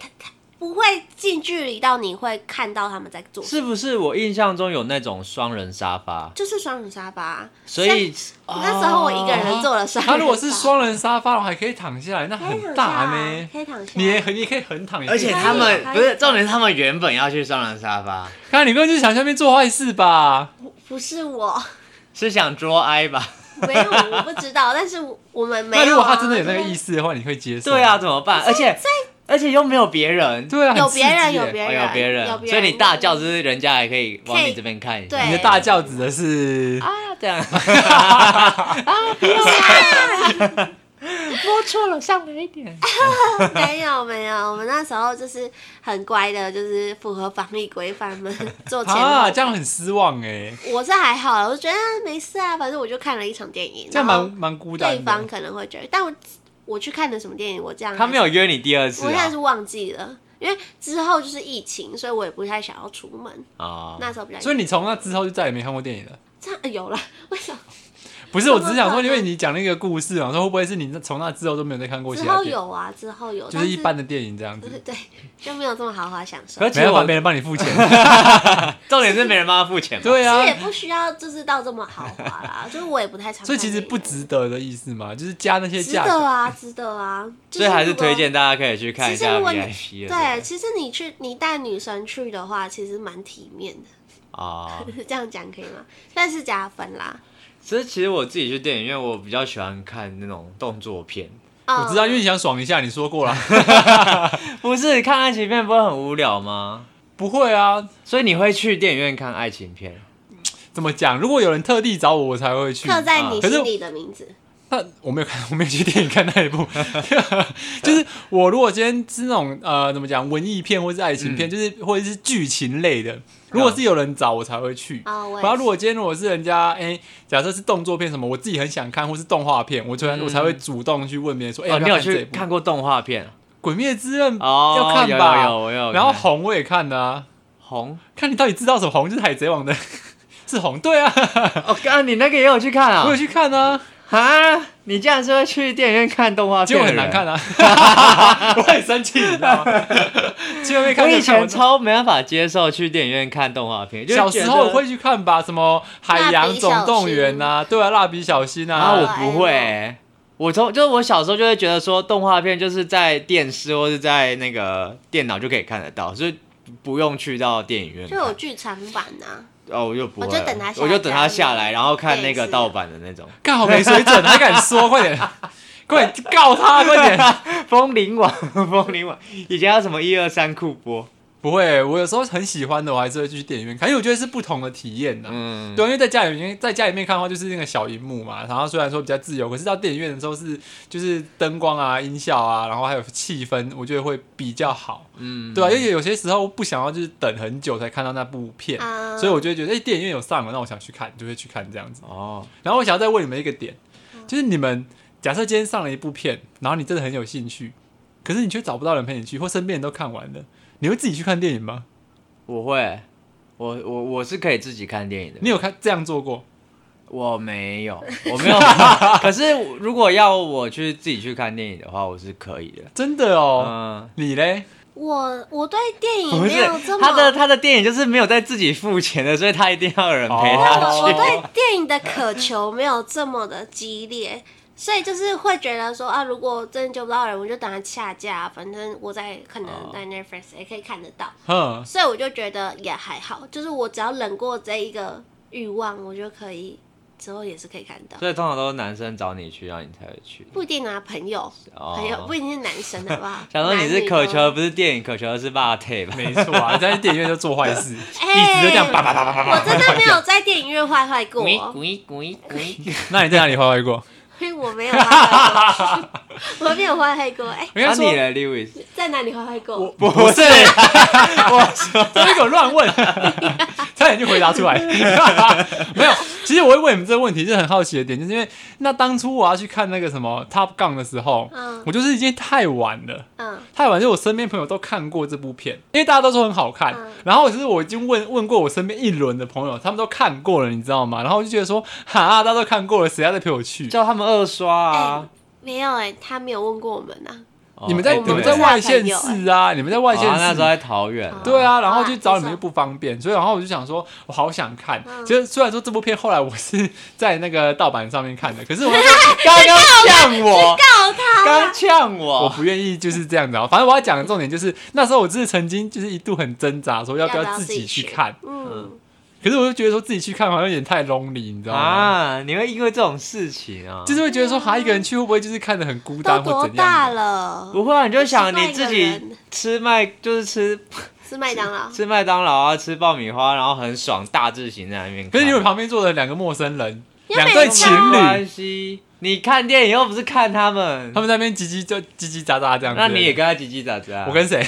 Speaker 2: 不会近距离到你会看到他们在做什么，
Speaker 3: 是不是？我印象中有那种双人沙发，
Speaker 2: 就是双人沙发。啊
Speaker 3: 所以
Speaker 2: 那时候我一个人坐了双人沙
Speaker 1: 哦啊
Speaker 2: 发，
Speaker 1: 他如果是双人沙发，我还可以躺下来，那
Speaker 2: 可以
Speaker 1: 很
Speaker 2: 躺
Speaker 1: 大
Speaker 2: 下啊
Speaker 1: 呢。
Speaker 2: 可以躺下。
Speaker 1: 你也你也可以横躺，也可
Speaker 3: 而
Speaker 1: 以
Speaker 3: 且
Speaker 2: 可以
Speaker 3: 他们
Speaker 2: 可以
Speaker 3: 不是重点，是他们原本要去双人沙发，
Speaker 1: 看你不用去想下面做坏事吧？
Speaker 2: 不是我，
Speaker 3: 是想捉哀吧？
Speaker 2: 没有，我不知 道，但是我我们没有、啊。
Speaker 1: 那如果他真的有那个意
Speaker 2: 思，
Speaker 1: 思的话，你会接受？
Speaker 3: 对，啊，怎么办？而且而且又没有别人，
Speaker 1: 对啊，
Speaker 2: 有
Speaker 1: 很刺激
Speaker 2: 别人，
Speaker 1: 耶
Speaker 2: 有别
Speaker 3: 哦
Speaker 2: 人，
Speaker 3: 有别
Speaker 2: 有
Speaker 3: 人，
Speaker 2: 别
Speaker 3: 所以你大叫，就
Speaker 2: 之
Speaker 3: 是人家还可以往
Speaker 2: 可
Speaker 3: 你
Speaker 2: 以
Speaker 3: 这边看一下。
Speaker 2: 对
Speaker 1: 你 的大叫指的是
Speaker 3: 啊，这样
Speaker 2: 啊，
Speaker 3: 摸错了，上来一点。
Speaker 2: 没有没有，我们那时候就是很乖的，就是符合防疫规范们做前后。
Speaker 1: 啊，这样很失望哎，
Speaker 2: 我是还好啦，我就觉得啊没事啊，反正我就看了一场电影，
Speaker 1: 这样
Speaker 2: 然
Speaker 1: 蛮
Speaker 2: 后
Speaker 1: 蛮孤
Speaker 2: 对
Speaker 1: 单
Speaker 2: 方
Speaker 1: 的。
Speaker 2: 可能会觉得，但我我去看的什么电影，我这样
Speaker 3: 他没有约你第二
Speaker 2: 还是，
Speaker 3: 次
Speaker 2: 我现在
Speaker 3: 啊
Speaker 2: 是？忘记了，因为之后就是疫情，所以我也不太想要出门。
Speaker 3: 啊，
Speaker 2: 那时候比较
Speaker 1: 所以你从那之后就再也没看过电影了。
Speaker 2: 这样、呃有了，为什么？
Speaker 1: 不是，
Speaker 2: 怎
Speaker 1: 我
Speaker 2: 么
Speaker 1: 只是想说，
Speaker 2: 可能
Speaker 1: 因为你讲那个故事嘛，说会不会是你那从那之后都没有再看过其
Speaker 2: 之
Speaker 1: 他
Speaker 2: 后
Speaker 1: 电影，
Speaker 2: 有啊，之后有，
Speaker 1: 就是一般
Speaker 2: 的，
Speaker 1: 的电影这样子
Speaker 2: 对， 对，就没有这么豪华享受
Speaker 3: 可。
Speaker 1: 没
Speaker 3: 是其实
Speaker 1: 办法，
Speaker 3: 我
Speaker 1: 没人帮你付钱。
Speaker 3: 重点是没人帮他付钱嘛。
Speaker 1: 对
Speaker 2: 其
Speaker 1: 啊
Speaker 2: 实，也不需要就是到这么豪 华啦，就是我也不太常看电影。
Speaker 1: 所以其实不值得的意思嘛，就是加那些
Speaker 2: 值
Speaker 1: 价
Speaker 2: 得
Speaker 1: 格。
Speaker 2: 啊，值得啊。就
Speaker 3: 所以还是
Speaker 2: 如果
Speaker 3: 推。荐大家可以去看一
Speaker 2: 其实
Speaker 3: 下
Speaker 2: 如果你
Speaker 3: VIP 的。
Speaker 2: 对，其实你去你带女生去的话，其实蛮体面的，
Speaker 3: 啊，
Speaker 2: 这样讲可以吗？但是加分啦。
Speaker 3: 其实其实我自己去电影院，我比较喜欢看那种动作片，
Speaker 2: 嗯
Speaker 1: 我知道，因为你想爽一下，你说过了，
Speaker 3: 不是看爱情片不会很无聊吗？
Speaker 1: 不会啊？
Speaker 3: 所以你会去电影院看爱情片？
Speaker 1: 怎么讲？如果有人特地找我，我才会去。啊
Speaker 2: 刻在你
Speaker 1: 可是
Speaker 2: 心里的名字。
Speaker 1: 那我没有 看，我没有去电影看那一部。 就是我如果今天是那种呃，怎么讲，文艺片或是爱情
Speaker 2: 嗯
Speaker 1: 片，就是或者是剧情类的，如果是有人找我才会去。
Speaker 2: 啊，我也
Speaker 1: 然后
Speaker 2: 是
Speaker 1: 如果今天如果是人家哎、假设是动作片什么，我自己很想看，或是动画片，我突然、
Speaker 3: 嗯
Speaker 1: 我才会主动去问别人说，哎、
Speaker 3: 哦，
Speaker 1: 要
Speaker 3: 你
Speaker 1: 不要
Speaker 3: 有
Speaker 1: 看这一
Speaker 3: 去
Speaker 1: 部《
Speaker 3: 看过动画片啊？
Speaker 1: 鬼灭之刃》
Speaker 3: 哦，
Speaker 1: 要看
Speaker 3: 有
Speaker 1: 吧
Speaker 3: 有有，我有看。
Speaker 1: 然后红我也看的啊，
Speaker 3: 红
Speaker 1: 看你到底知道什么红，就是海贼王的， 是红，对啊，
Speaker 3: 哦，刚刚你那个也有去看啊？
Speaker 1: 我有去看啊，
Speaker 3: 啊，你竟然是会去电影院看动画
Speaker 1: 结
Speaker 3: 片？
Speaker 1: 果很难看。啊，啊 我很生气，你知道吗？ 去外面看
Speaker 3: 我
Speaker 1: 看
Speaker 3: 以前
Speaker 1: 看完
Speaker 3: 超没办法接受去电影院看动画片，就
Speaker 1: 小
Speaker 3: 觉得
Speaker 1: 时候会去看吧，什么《海洋总动员》呐，对啊，《蜡笔小新》
Speaker 3: 啊，
Speaker 1: 啊，
Speaker 3: 我不会、我从就是我小时候就会觉得说，动画片就是在电视或是在那个电脑就可以看得到，所以不用去到电影院
Speaker 2: 就
Speaker 3: 看。
Speaker 2: 有剧场版呐，
Speaker 3: 哦，我就不会了，
Speaker 2: 我就等它下
Speaker 3: 我就等它下来，
Speaker 2: 架
Speaker 3: 然后看那
Speaker 2: 对
Speaker 3: 个
Speaker 2: 是
Speaker 3: 盗版的那种
Speaker 1: 干好没水准，还敢说，快点， 快点告他，快点。
Speaker 3: 《风铃网》《风铃网》，以前还有什么一二三酷播，
Speaker 1: 不会，我有时候很喜欢的，我还是会去电影院看，因为我觉得是不同的体验呐、
Speaker 3: 嗯，
Speaker 1: 对，因为在家里面，在家里面看的话，就是那个小荧幕嘛，然后虽然说比较自由，可是到电影院的时候是就是灯光啊、音效啊，然后还有气氛，我觉得会比较好。
Speaker 3: 嗯，
Speaker 1: 对啊，因为有些时候不想要就是等很久才看到那部片，
Speaker 2: 啊
Speaker 1: 所以我就会觉得哎、诶电影院有上了，那我想去看，就会去看这样子。
Speaker 3: 哦，
Speaker 1: 然后我想要再问你们一个点，就是你们假设今天上了一部片，然后你真的很有兴趣，可是你却找不到人陪你去，或身边人都看完了，你会自己去看电影吗？
Speaker 3: 我会，我我我是可以自己看电影的，
Speaker 1: 你有看这样做过？
Speaker 3: 我没 有，我没有。 可是如果要我去自己去看电影的话，我是可以的。
Speaker 1: 真的哦，
Speaker 3: 嗯，
Speaker 1: 你嘞？
Speaker 2: 我我对电影
Speaker 3: 不
Speaker 2: 哎没
Speaker 3: 是
Speaker 2: 有这么
Speaker 3: 他的他的电影就是没有在自己付钱的，所以他一定要有人陪
Speaker 2: 我
Speaker 3: 他
Speaker 1: 哦
Speaker 3: 去。
Speaker 2: 我对电影的渴求没有这么的激烈，所以就是会觉得说啊，如果真的救不到人，我就等它下架，反正我在可
Speaker 1: 哦
Speaker 2: 能在 Netflix 也可以看得到，
Speaker 1: 哼，
Speaker 2: 所以我就觉得也还好，就是我只要忍过这一个欲望，我就可以之后也是可以看到，
Speaker 3: 所以通常都是男生找你去，然后你才会去。
Speaker 2: 不一定啊，朋友，朋友
Speaker 3: 哦
Speaker 2: 不，一定是男生，好 不好？
Speaker 3: 想说你
Speaker 2: 男
Speaker 3: 是
Speaker 2: 女
Speaker 3: 渴
Speaker 2: 都
Speaker 3: 求的不是电影，渴求的是霸退吧？
Speaker 1: 没错啊，在电影院就做坏事，一
Speaker 2: 哎
Speaker 1: 直就这样叭叭叭叭叭
Speaker 2: 我真
Speaker 1: 叭。
Speaker 2: 的没有在电影院坏坏 过，
Speaker 3: 滚滚滚！
Speaker 1: 那你在哪里坏坏过？
Speaker 2: 因为我没有坏坏过， 我没有坏坏过。哎、
Speaker 1: 我跟他
Speaker 3: 那啊你
Speaker 1: 说，
Speaker 3: 嘞，Lewis？
Speaker 2: 在哪里坏坏过？
Speaker 1: 不是， 我一个乱问，差点就回答出来。 没有，其实我会问你们这个问题是很好奇的点，就是因为那当初我要去看那个什么 Top Gun 的时候，
Speaker 2: 嗯
Speaker 1: 我就是已经太晚了。
Speaker 2: 嗯，
Speaker 1: 太晚，就我身边朋友都看过这部片，因为大家都说很好看。
Speaker 2: 嗯
Speaker 1: 然后其实我已经问问过我身边一轮的朋友，他们都看过了，你知道吗？然后我就觉得说， 哈，大家都看过了，谁还在陪我去？
Speaker 3: 叫他们二刷啊！
Speaker 2: 没有哎、他没有问过我们啊呐、
Speaker 3: 哦
Speaker 1: 你们在、
Speaker 3: 哎
Speaker 1: 你们
Speaker 3: 对
Speaker 1: 在
Speaker 2: 我
Speaker 1: 外县
Speaker 2: 我是
Speaker 1: 市啊，你们在外县市、
Speaker 3: 哦那时候在桃园啊，
Speaker 1: 对啊，然后
Speaker 2: 啊
Speaker 1: 去找你
Speaker 2: 是
Speaker 1: 们
Speaker 2: 啊
Speaker 1: 又不方便，所以然后我就想说，我好想看。
Speaker 2: 嗯
Speaker 1: 其实虽然说这部片后来我是在那个盗版上面看的，可是我那时 候
Speaker 3: 刚刚呛我，
Speaker 2: 告他
Speaker 3: 刚刚呛
Speaker 1: 我
Speaker 3: 我，
Speaker 1: 不愿意就是这样子啊。反正我要讲的重点就是，那时候我只是曾经就是一度很挣扎，说要不
Speaker 2: 要
Speaker 1: 要
Speaker 2: 不要
Speaker 1: 自
Speaker 2: 自己
Speaker 1: 己去
Speaker 2: 去
Speaker 1: 看。
Speaker 2: 嗯，
Speaker 1: 可是我就觉得说自己去看好像有点太 lonely，你知道吗？
Speaker 3: 啊，你会因为这种事情啊？
Speaker 1: 就是会觉得说，哈，一个人去会不会就是看着很孤
Speaker 2: 都
Speaker 1: 单或
Speaker 2: 多
Speaker 1: 怎样
Speaker 2: 大
Speaker 1: 的？
Speaker 2: 了？
Speaker 3: 不会啊，你就想你自
Speaker 2: 我是外
Speaker 3: 己
Speaker 2: 人
Speaker 3: 吃麦，就是吃
Speaker 2: 是麦当劳，
Speaker 3: 吃麦当劳啊，吃爆米花，然后很爽，大字型在那边看。
Speaker 1: 可是你们旁边坐的两个陌生人，
Speaker 2: 因 为
Speaker 1: 两
Speaker 2: 每
Speaker 1: 对
Speaker 2: 次
Speaker 1: 情侣
Speaker 3: 关系，你看电影又不是看他们
Speaker 1: 他，们在那边叽叽就叽叽喳喳这样子。
Speaker 3: 那你也跟他叽叽喳喳。
Speaker 1: 我跟 谁？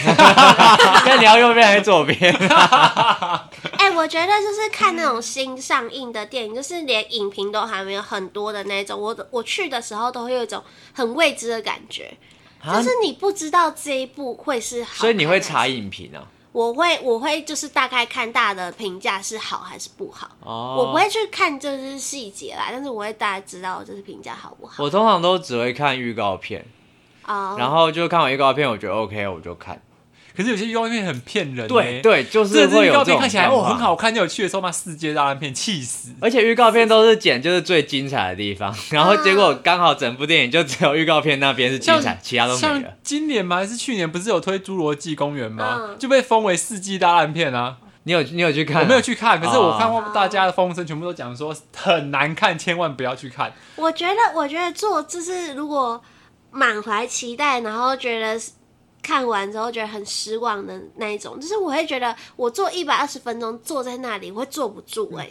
Speaker 3: 跟你要右边还是左边？
Speaker 2: 哎、我觉得就是看那种新上映的电影，就是连影评都还没有很多的那种，我我去的时候都会有一种很未知的感觉，
Speaker 3: 啊
Speaker 2: 就是你不知道这一部会是好，
Speaker 3: 所以你会查？影评啊？
Speaker 2: 我会，我会就是大概看大的评价是好还是不好，
Speaker 3: 哦，
Speaker 2: 我不会去看就是细节啦，但是我会大概知道就是评价好不好
Speaker 3: 我通常都只会看预告片，
Speaker 2: 啊。
Speaker 3: 然后就看完预告片，我觉得 OK，我就看。
Speaker 1: 可是有些预告片很骗人、欸。
Speaker 3: 对，对，就是
Speaker 1: 这
Speaker 3: 会
Speaker 1: 支预
Speaker 3: 有
Speaker 1: 告片
Speaker 3: 这种
Speaker 1: 看起来哦
Speaker 3: 想法
Speaker 1: 很，好看，就有趣的时候嘛，世界大烂片，气死。
Speaker 3: 而且预告片都是剪就是最精彩的地 方，然后结果刚好整部电影就只有预告片那边是精彩，其他都没
Speaker 1: 像
Speaker 3: 了。
Speaker 1: 今年吗？还是去年不是有推《侏罗纪公园》吗？
Speaker 2: 嗯
Speaker 1: 就被封为世纪大烂片啊！
Speaker 3: 你有你有去看啊？
Speaker 1: 我没有去看，可是我看过
Speaker 2: 哦
Speaker 1: 大家的风声，全部都讲说很难看，千万不要去看。
Speaker 2: 我觉得，我觉得做就是如果满怀期待，然后觉得是看完之后觉得很失望的那一种，就是我会觉得我坐一百二十分钟坐在那里，我会坐不住
Speaker 3: 嗯
Speaker 2: 哎、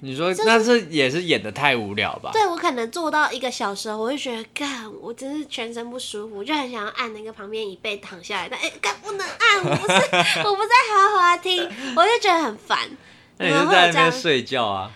Speaker 3: 你说
Speaker 2: 就是
Speaker 3: 那是也是演的太无聊吧？
Speaker 2: 对我可能坐到一个小时，我会觉得干，我真是全身不舒服，就很想要按那个旁边椅背躺下来，但哎干、不能按，我不是 我不在好好地听，我就觉得很烦。
Speaker 3: 那
Speaker 2: 你
Speaker 3: 你
Speaker 2: 们
Speaker 3: 是
Speaker 2: 会有
Speaker 3: 在那
Speaker 2: 这样
Speaker 3: 边睡觉啊？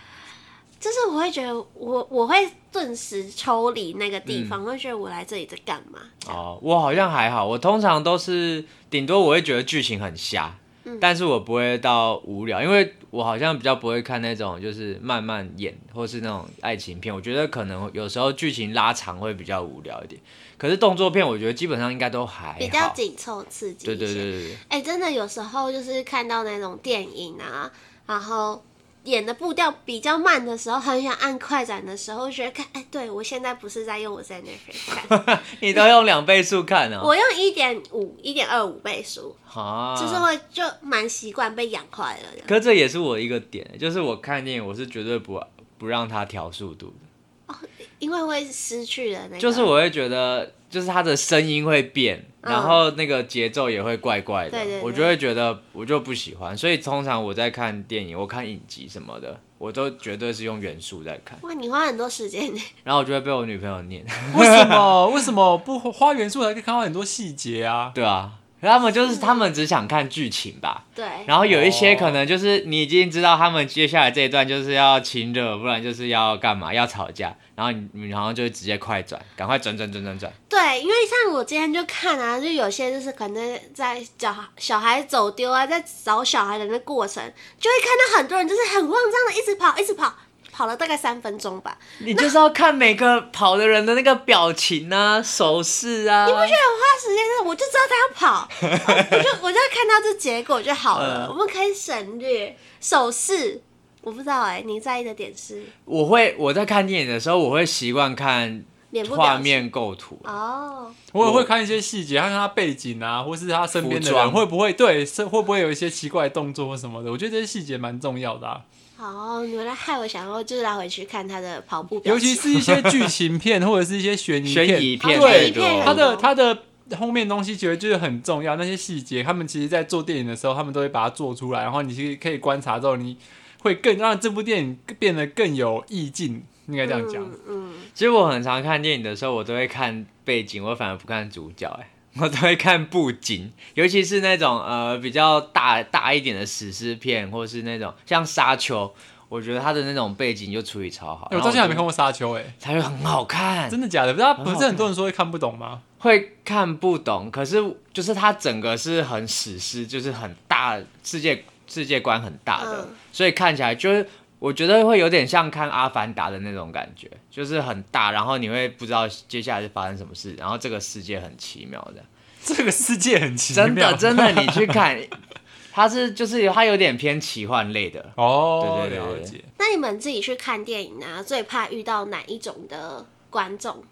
Speaker 2: 就是我会觉得我我会顿时抽离那个地
Speaker 3: 嗯
Speaker 2: 方，我会觉得我来这里在干嘛？这样
Speaker 3: 哦，我好像还好，我通常都是顶多我会觉得剧情很瞎，
Speaker 2: 嗯
Speaker 3: 但是我不会到无聊，因为我好像比较不会看那种就是慢慢演或是那种爱情片，我觉得可能有时候剧情拉长会比较无聊一点。可是动作片我觉得基本上应该都哎还好，
Speaker 2: 比较紧凑刺激一
Speaker 3: 对
Speaker 2: 些。
Speaker 3: 对对对对，
Speaker 2: 哎、真的有时候就是看到那种电影啊，然后演的步调比较慢的时候，很想按快转的时候，就觉得看，哎、对我现在不是在用我在 Netflix 看，
Speaker 3: 你都用两倍速看哦，
Speaker 2: 我用一点五、一点二五倍速，
Speaker 3: 啊，
Speaker 2: 就是会就蛮习惯被养坏了的。
Speaker 3: 可这也是我一个点，就是我看电影我是绝对不不让它调速度的。
Speaker 2: 因为会失去了那个，
Speaker 3: 就是我会觉得，就是他的声音会变，
Speaker 2: 嗯
Speaker 3: 然后那个节奏也会怪怪的，
Speaker 2: 对对对
Speaker 3: 我就会觉得我就不喜欢。所以通常我在看电影，我看影集什么的，我都绝对是用原速在看，
Speaker 2: 哇，你花很多时间，
Speaker 3: 然后我就会被我女朋友念，
Speaker 1: 为什么？ 为什么不花元素还可以看到很多细节啊？
Speaker 3: 对啊。他们就是他们只想看剧情吧，
Speaker 2: 对，
Speaker 3: 然后有一
Speaker 1: 哦
Speaker 3: 些可能就是你已经知道他们接下来这一段就是要亲热，不然就是要干嘛要吵架，然后你你然后就直接快转，赶快转转转转转，
Speaker 2: 对，因为像我今天就看啊，就有些就是可能在小小孩走丢啊，在找小孩的那过程，就会看到很多人就是很慌张的一直跑，一直跑，跑了大概三分钟吧。
Speaker 3: 你就是要看每个跑的人的那个表情啊、手势啊。你不觉得？
Speaker 2: 那时间是我就知道他要跑，我就我就看到这结果就好了，
Speaker 3: 嗯
Speaker 2: 我们可以省略手势。我不知道哎、你在意的点是
Speaker 3: 我会我在看电影的时候，我会习惯看
Speaker 2: 脸部表
Speaker 3: 画
Speaker 2: 情
Speaker 3: 面构图，
Speaker 2: 哦，
Speaker 1: 我也会看一些细节，看看他背景啊，或是他身边的
Speaker 3: 服装
Speaker 1: 人会不会对，是会不会有一些奇怪的动作或什么的。我觉得这些细节蛮重要的啊，
Speaker 2: 好，你们来害我想要就是来回去看他的跑步表
Speaker 1: 尤
Speaker 2: 情，嗯
Speaker 1: 其是一些剧情片或者是一些悬疑片。
Speaker 3: 悬疑片
Speaker 2: 哦
Speaker 3: 最
Speaker 2: 悬疑片
Speaker 3: 多。
Speaker 1: 他的他的后面东西其实就是很重要，那些细节，他们其实在做电影的时候，他们都会把它做出来，然后你其实可以观察之后，你会更让这部电影变得更有意境，应该这样讲。
Speaker 2: 嗯嗯，
Speaker 3: 其实我很常看电影的时候，我都会看背景，我反而不看主角、哎， 我都会看布景，尤其是那种呃比较大大一点的史诗片，或是那种像《沙丘》，我觉得他的那种背景就处理超好。
Speaker 1: 哎我到现在还没看
Speaker 3: 过，
Speaker 1: 过《沙丘》哎，
Speaker 3: 它就很好 看，
Speaker 1: 真的假的？不是他
Speaker 3: 很好看
Speaker 1: 不是很多人说会看不懂吗？
Speaker 3: 会看不懂，可是就是它整个是很史诗，就是很大世界世界观很大的，
Speaker 2: 嗯
Speaker 3: 所以看起来就是我觉得会有点像看《阿凡达》的那种感觉，就是很大，然后你会不知道接下来是发生什么事，然后这个世界很奇妙的，
Speaker 1: 这个世界很奇妙，
Speaker 3: 真的真的，你去看，它是就是它有点偏奇幻类的，
Speaker 1: 哦，
Speaker 3: 对对对对
Speaker 1: 了解。
Speaker 2: 那你们自己去看电影啊，最怕遇到哪一种的观众？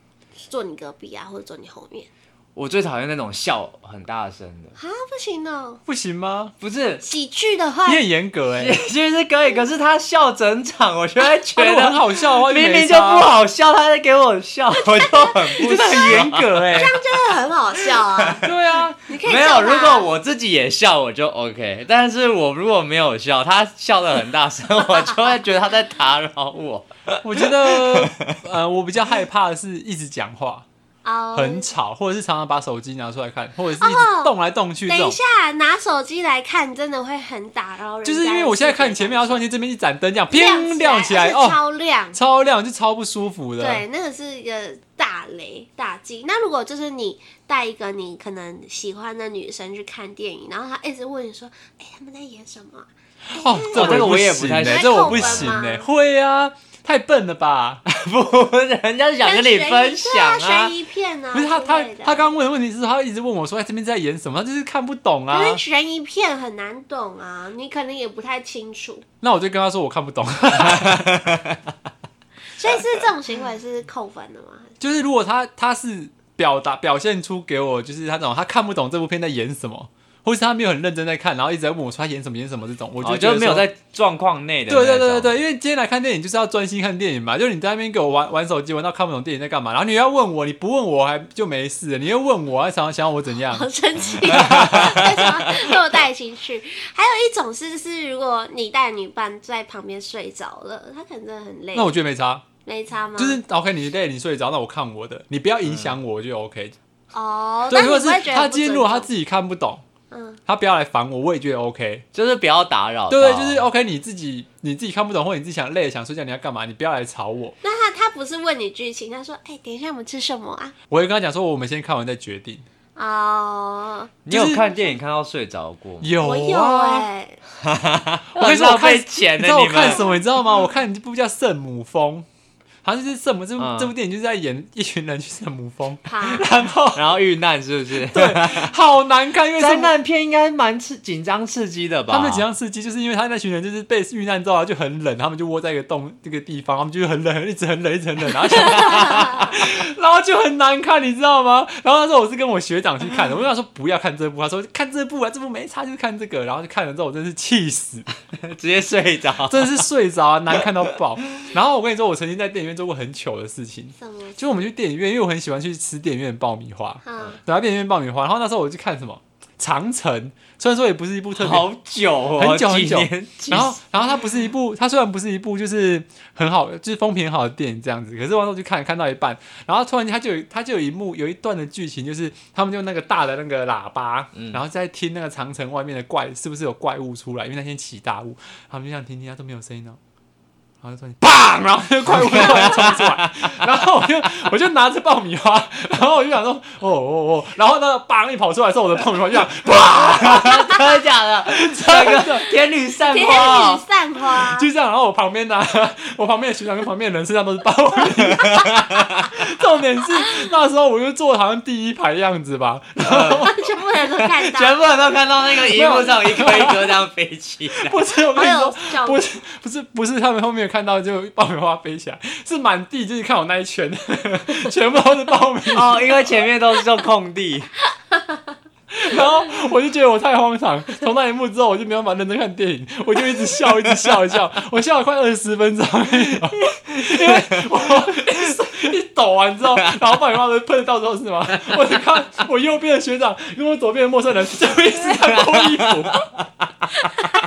Speaker 2: 坐你隔壁啊，或者坐你后面？
Speaker 3: 我最讨厌那种笑很大声的，
Speaker 2: 啊，不行哦，
Speaker 1: 不行吗？
Speaker 3: 不是，
Speaker 2: 喜剧的话
Speaker 3: 啊
Speaker 1: 你，很严格哎、
Speaker 3: 也 其实可以，可是他笑整场，我就会觉
Speaker 1: 觉得很
Speaker 3: 得
Speaker 1: 好笑的话，
Speaker 3: 明明就不，好笑，他在给我笑， 我就很
Speaker 1: 你
Speaker 3: 不
Speaker 1: 真的很严格 哎、！
Speaker 2: 这样真的很好笑啊
Speaker 1: 对啊，
Speaker 2: 你可以
Speaker 3: 没
Speaker 2: 叫
Speaker 3: 有，
Speaker 2: 他
Speaker 3: 如果我自己也笑，我就 OK。但是我如果没有笑，他笑的很大声，我就会觉得他在打扰 我。
Speaker 1: 我觉得，呃，我比较害怕的是一直讲话
Speaker 2: 哦
Speaker 1: 很吵，或者是常常把手机拿出来看，或者是一
Speaker 2: 哦
Speaker 1: 直动来动去这
Speaker 2: 等一
Speaker 1: 种。
Speaker 2: 下，拿手机来看，真的会很打扰人。
Speaker 1: 就是因为我现在看前面，然后突然间这边一盏灯这样，砰亮
Speaker 2: 亮
Speaker 1: 起来，
Speaker 2: 而且
Speaker 1: 哦，
Speaker 2: 超亮。
Speaker 1: 超亮，就超不舒服的。
Speaker 2: 对，那个是一个大雷大忌。那如果就是你带一个你可能喜欢的女生去看电影，然后她一直问你说：“哎、他们在演什么啊？”
Speaker 1: 哦，这
Speaker 3: 哦这个我也
Speaker 1: 不
Speaker 3: 不太
Speaker 1: 行欸
Speaker 2: 行
Speaker 1: 这我不行
Speaker 2: 还
Speaker 1: 哎、
Speaker 2: 扣分吗
Speaker 1: 会啊，太笨了吧？
Speaker 3: 不，人家想跟你分享
Speaker 2: 对啊
Speaker 3: 啊
Speaker 2: 悬。疑片啊，
Speaker 1: 不是他他
Speaker 2: 之类的
Speaker 1: 他刚刚问的问题是，他一直问我说，哎，这边在演什么？他就是看不懂啊。
Speaker 2: 因为悬疑片很难懂啊，你可能也不太 清楚，
Speaker 1: 那我就跟他说我看不懂。
Speaker 2: 所以是这种行为是扣分 的吗？
Speaker 1: 就是如果他他是表达表现出给我，就是他那种他看不懂这部片在演什么，或是他没有很认真在看，然后一直在问我说他演什么演什么这种，我
Speaker 3: 我
Speaker 1: 就觉
Speaker 3: 觉
Speaker 1: 得
Speaker 3: 得哦没有
Speaker 1: 说。
Speaker 3: 在状况内的。
Speaker 1: 对对对对，对，因为今天来看电影就是要专心看电影嘛，就是你在那边给我玩玩手机，玩到看不懂电影在干嘛，然后你又要问我，你不问我还就没事，你又问我，还想想要我怎样？
Speaker 2: 好生气，啊为 什么那么带情绪？还有一种是，是如果你带女伴在旁边睡着了，她可能真的很累，
Speaker 1: 那我觉得没差，
Speaker 2: 没差吗？
Speaker 1: 就是 OK，你累你睡着，那我看我的，你不要影响我，我就 OK。
Speaker 2: 哦，
Speaker 1: 对，
Speaker 2: 那
Speaker 1: 如果
Speaker 2: 你不
Speaker 1: 是
Speaker 2: 会觉得
Speaker 1: 他
Speaker 2: 不
Speaker 1: 今天
Speaker 2: 尊
Speaker 1: 如果他
Speaker 2: 重
Speaker 1: 自己看不懂，
Speaker 2: 嗯，哦
Speaker 1: 他不要来烦我，我也觉得 OK。
Speaker 3: 就是不要打扰到。
Speaker 1: 对对，就是 OK，你自己你自己看不懂，或者你自己想累想睡觉，你要干嘛？你不要来吵我。
Speaker 2: 那他他不是问你剧情，他说：“哎、等一下我们吃什么啊
Speaker 1: 我会跟他讲说，我们先看完再决定。？”
Speaker 2: 哦，
Speaker 1: 啊
Speaker 3: 你有看电影看到睡着过吗？
Speaker 1: 有
Speaker 2: 我有
Speaker 1: 啊，
Speaker 2: 哎、
Speaker 1: 我跟你说，我
Speaker 3: 浪
Speaker 1: 看
Speaker 3: 费钱
Speaker 1: 你
Speaker 3: 的
Speaker 1: 知道我
Speaker 3: 们。
Speaker 1: 看什么？你知道吗？我看一部叫《圣母峰》，好像就是圣母这部、
Speaker 3: 嗯
Speaker 1: 这部电影就是在演一群人去圣母峰，
Speaker 2: 好，
Speaker 1: 然后
Speaker 3: 然后遇难是不 是？
Speaker 1: 对，好难看，因为
Speaker 3: 灾
Speaker 1: 圣母
Speaker 3: 难片应该蛮刺紧张刺激的吧？
Speaker 1: 他们几张司机，就是因为他那群人就是被遇难之后就很冷，他们就窝在一个洞这个地方，他们就很冷，一直很冷，一直很冷，然后就然后就很难看，你知道吗？然后那时候我是跟我学长去看的，我跟他说不要看这部，他说看这部啊，这部没差，就是看这个。然后就看了之后，我真是气死，
Speaker 3: 直接睡着。
Speaker 1: 真的是睡着啊，难看到爆。然后我跟你说，我曾经在电影院做过很糗的事情，
Speaker 2: 什么？
Speaker 1: 就是我们去电影院，因为我很喜欢去吃电影院的爆米花，
Speaker 2: 嗯，
Speaker 1: 然后电影院爆米花，然后那时候我去看什么《长城》，虽然说也不是一部特别
Speaker 3: 好久哦，
Speaker 1: 很久很久
Speaker 3: 几年
Speaker 1: 然后，然后它不是一部，它虽然不是一部就是很好，就是风评很好的电影这样子，可是我那时候去看，看到一半，然后突然间它就有它就有一幕有一段的剧情，就是他们用那个大的那个喇叭，
Speaker 3: 嗯
Speaker 1: 然后在听那个长城外面的怪是不是有怪物出来，因为那天起大雾，他们就想听听，他都没有声音哦。然后就突然砰，然后那个怪物突然冲出来，然后我就我就拿着爆米花，然后我就想说，哦哦哦，然后那个砰一跑出来的时候，我的爆米花就想，
Speaker 3: 真的假的？那个天女 散
Speaker 2: 天
Speaker 3: 花啊
Speaker 2: 女，散 花，
Speaker 1: 就这样，然后我旁边的、啊 我旁边的学长跟旁边的人身上都是包米。 重点是那时候我就坐好像第一排样子吧，
Speaker 2: 全部人都看到，
Speaker 3: 全部人都看到那个荧幕上一颗一颗这样飞起来。
Speaker 1: 不是我
Speaker 2: 好
Speaker 1: 跟你
Speaker 2: 有
Speaker 1: 说，
Speaker 2: 效
Speaker 1: 不
Speaker 2: 果。
Speaker 1: 是不是不是他们后面有看到就爆米花飞起来，是满地就是看我那一圈， 全部都是爆米，
Speaker 3: 哦，因为前面都是这空地，
Speaker 1: 然后我就觉得我太荒唐。从那一幕之后，我就没有办法认真看电影，我就一直笑，一直笑，一直笑，我笑了快二十分钟，哦因为我一抖完之后，然后爆米花都喷到处是嘛，我就看我右边的学长跟我左边的陌生人就一直在脱衣服，他们就。一直脱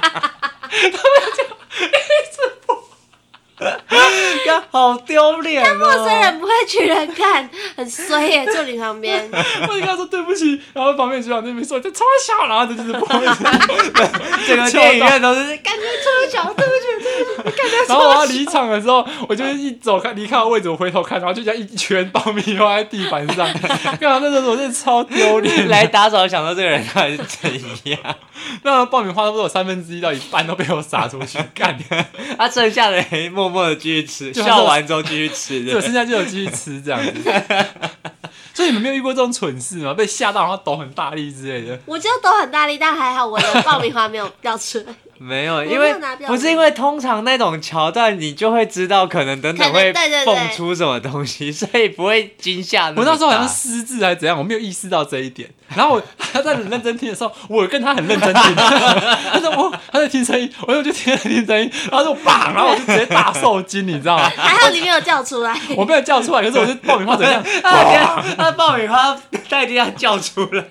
Speaker 3: 好丢脸哦。
Speaker 2: 陌生人不会去人看， 很衰耶，坐你 旁边。
Speaker 1: 我就跟他说对不起，然后旁边的学长那边说你在嘲笑，然后这就是不好意思
Speaker 3: 整个电影院都是
Speaker 2: 感觉出小，对不起，对不起，感觉
Speaker 1: 然后我要离场的时候，我就是一走开离开我位置，我回头看，然后就这样一圈爆米花在地板上，干嘛？那时候我真的超丢脸。
Speaker 3: 来，打扫，想说这个人到底是怎样，
Speaker 1: 那爆米花差不多有三分之一到一半都被我撒出去， 干，
Speaker 3: 他剩下的人默默的继续吃，
Speaker 1: 就他
Speaker 3: 笑
Speaker 1: 说
Speaker 3: 完之后继续吃
Speaker 1: 就
Speaker 3: 的。
Speaker 1: 剩下就有继续吃这样子。 所以你们没有遇过这种蠢事吗？
Speaker 3: 嗯
Speaker 1: 被吓到然后抖很大力之类的？
Speaker 2: 我就抖很大力，但还好我的爆米花没有掉出来。
Speaker 3: 没有，
Speaker 2: 没
Speaker 3: 因为
Speaker 2: 有拿标
Speaker 3: 不是
Speaker 2: 准
Speaker 3: 因为通常那种桥段，你就会知道可能等
Speaker 2: 可
Speaker 3: 等
Speaker 2: 能
Speaker 3: 会
Speaker 2: 对对对
Speaker 3: 蹦出什么东西，所以不会惊吓么大。
Speaker 1: 我那时候好像失智还是怎样，我没有意识到这一点。然后我他在很认真听的时候，我跟他很认真听， 他说我他在听声音，我就听他听声音，然后就砰，然后我就直接大受惊，你知道吗？
Speaker 2: 还好你没有叫出来。
Speaker 1: 我没有叫出来，可是我是爆米花怎样？
Speaker 3: 他等下他爆米花，他一定要叫出来。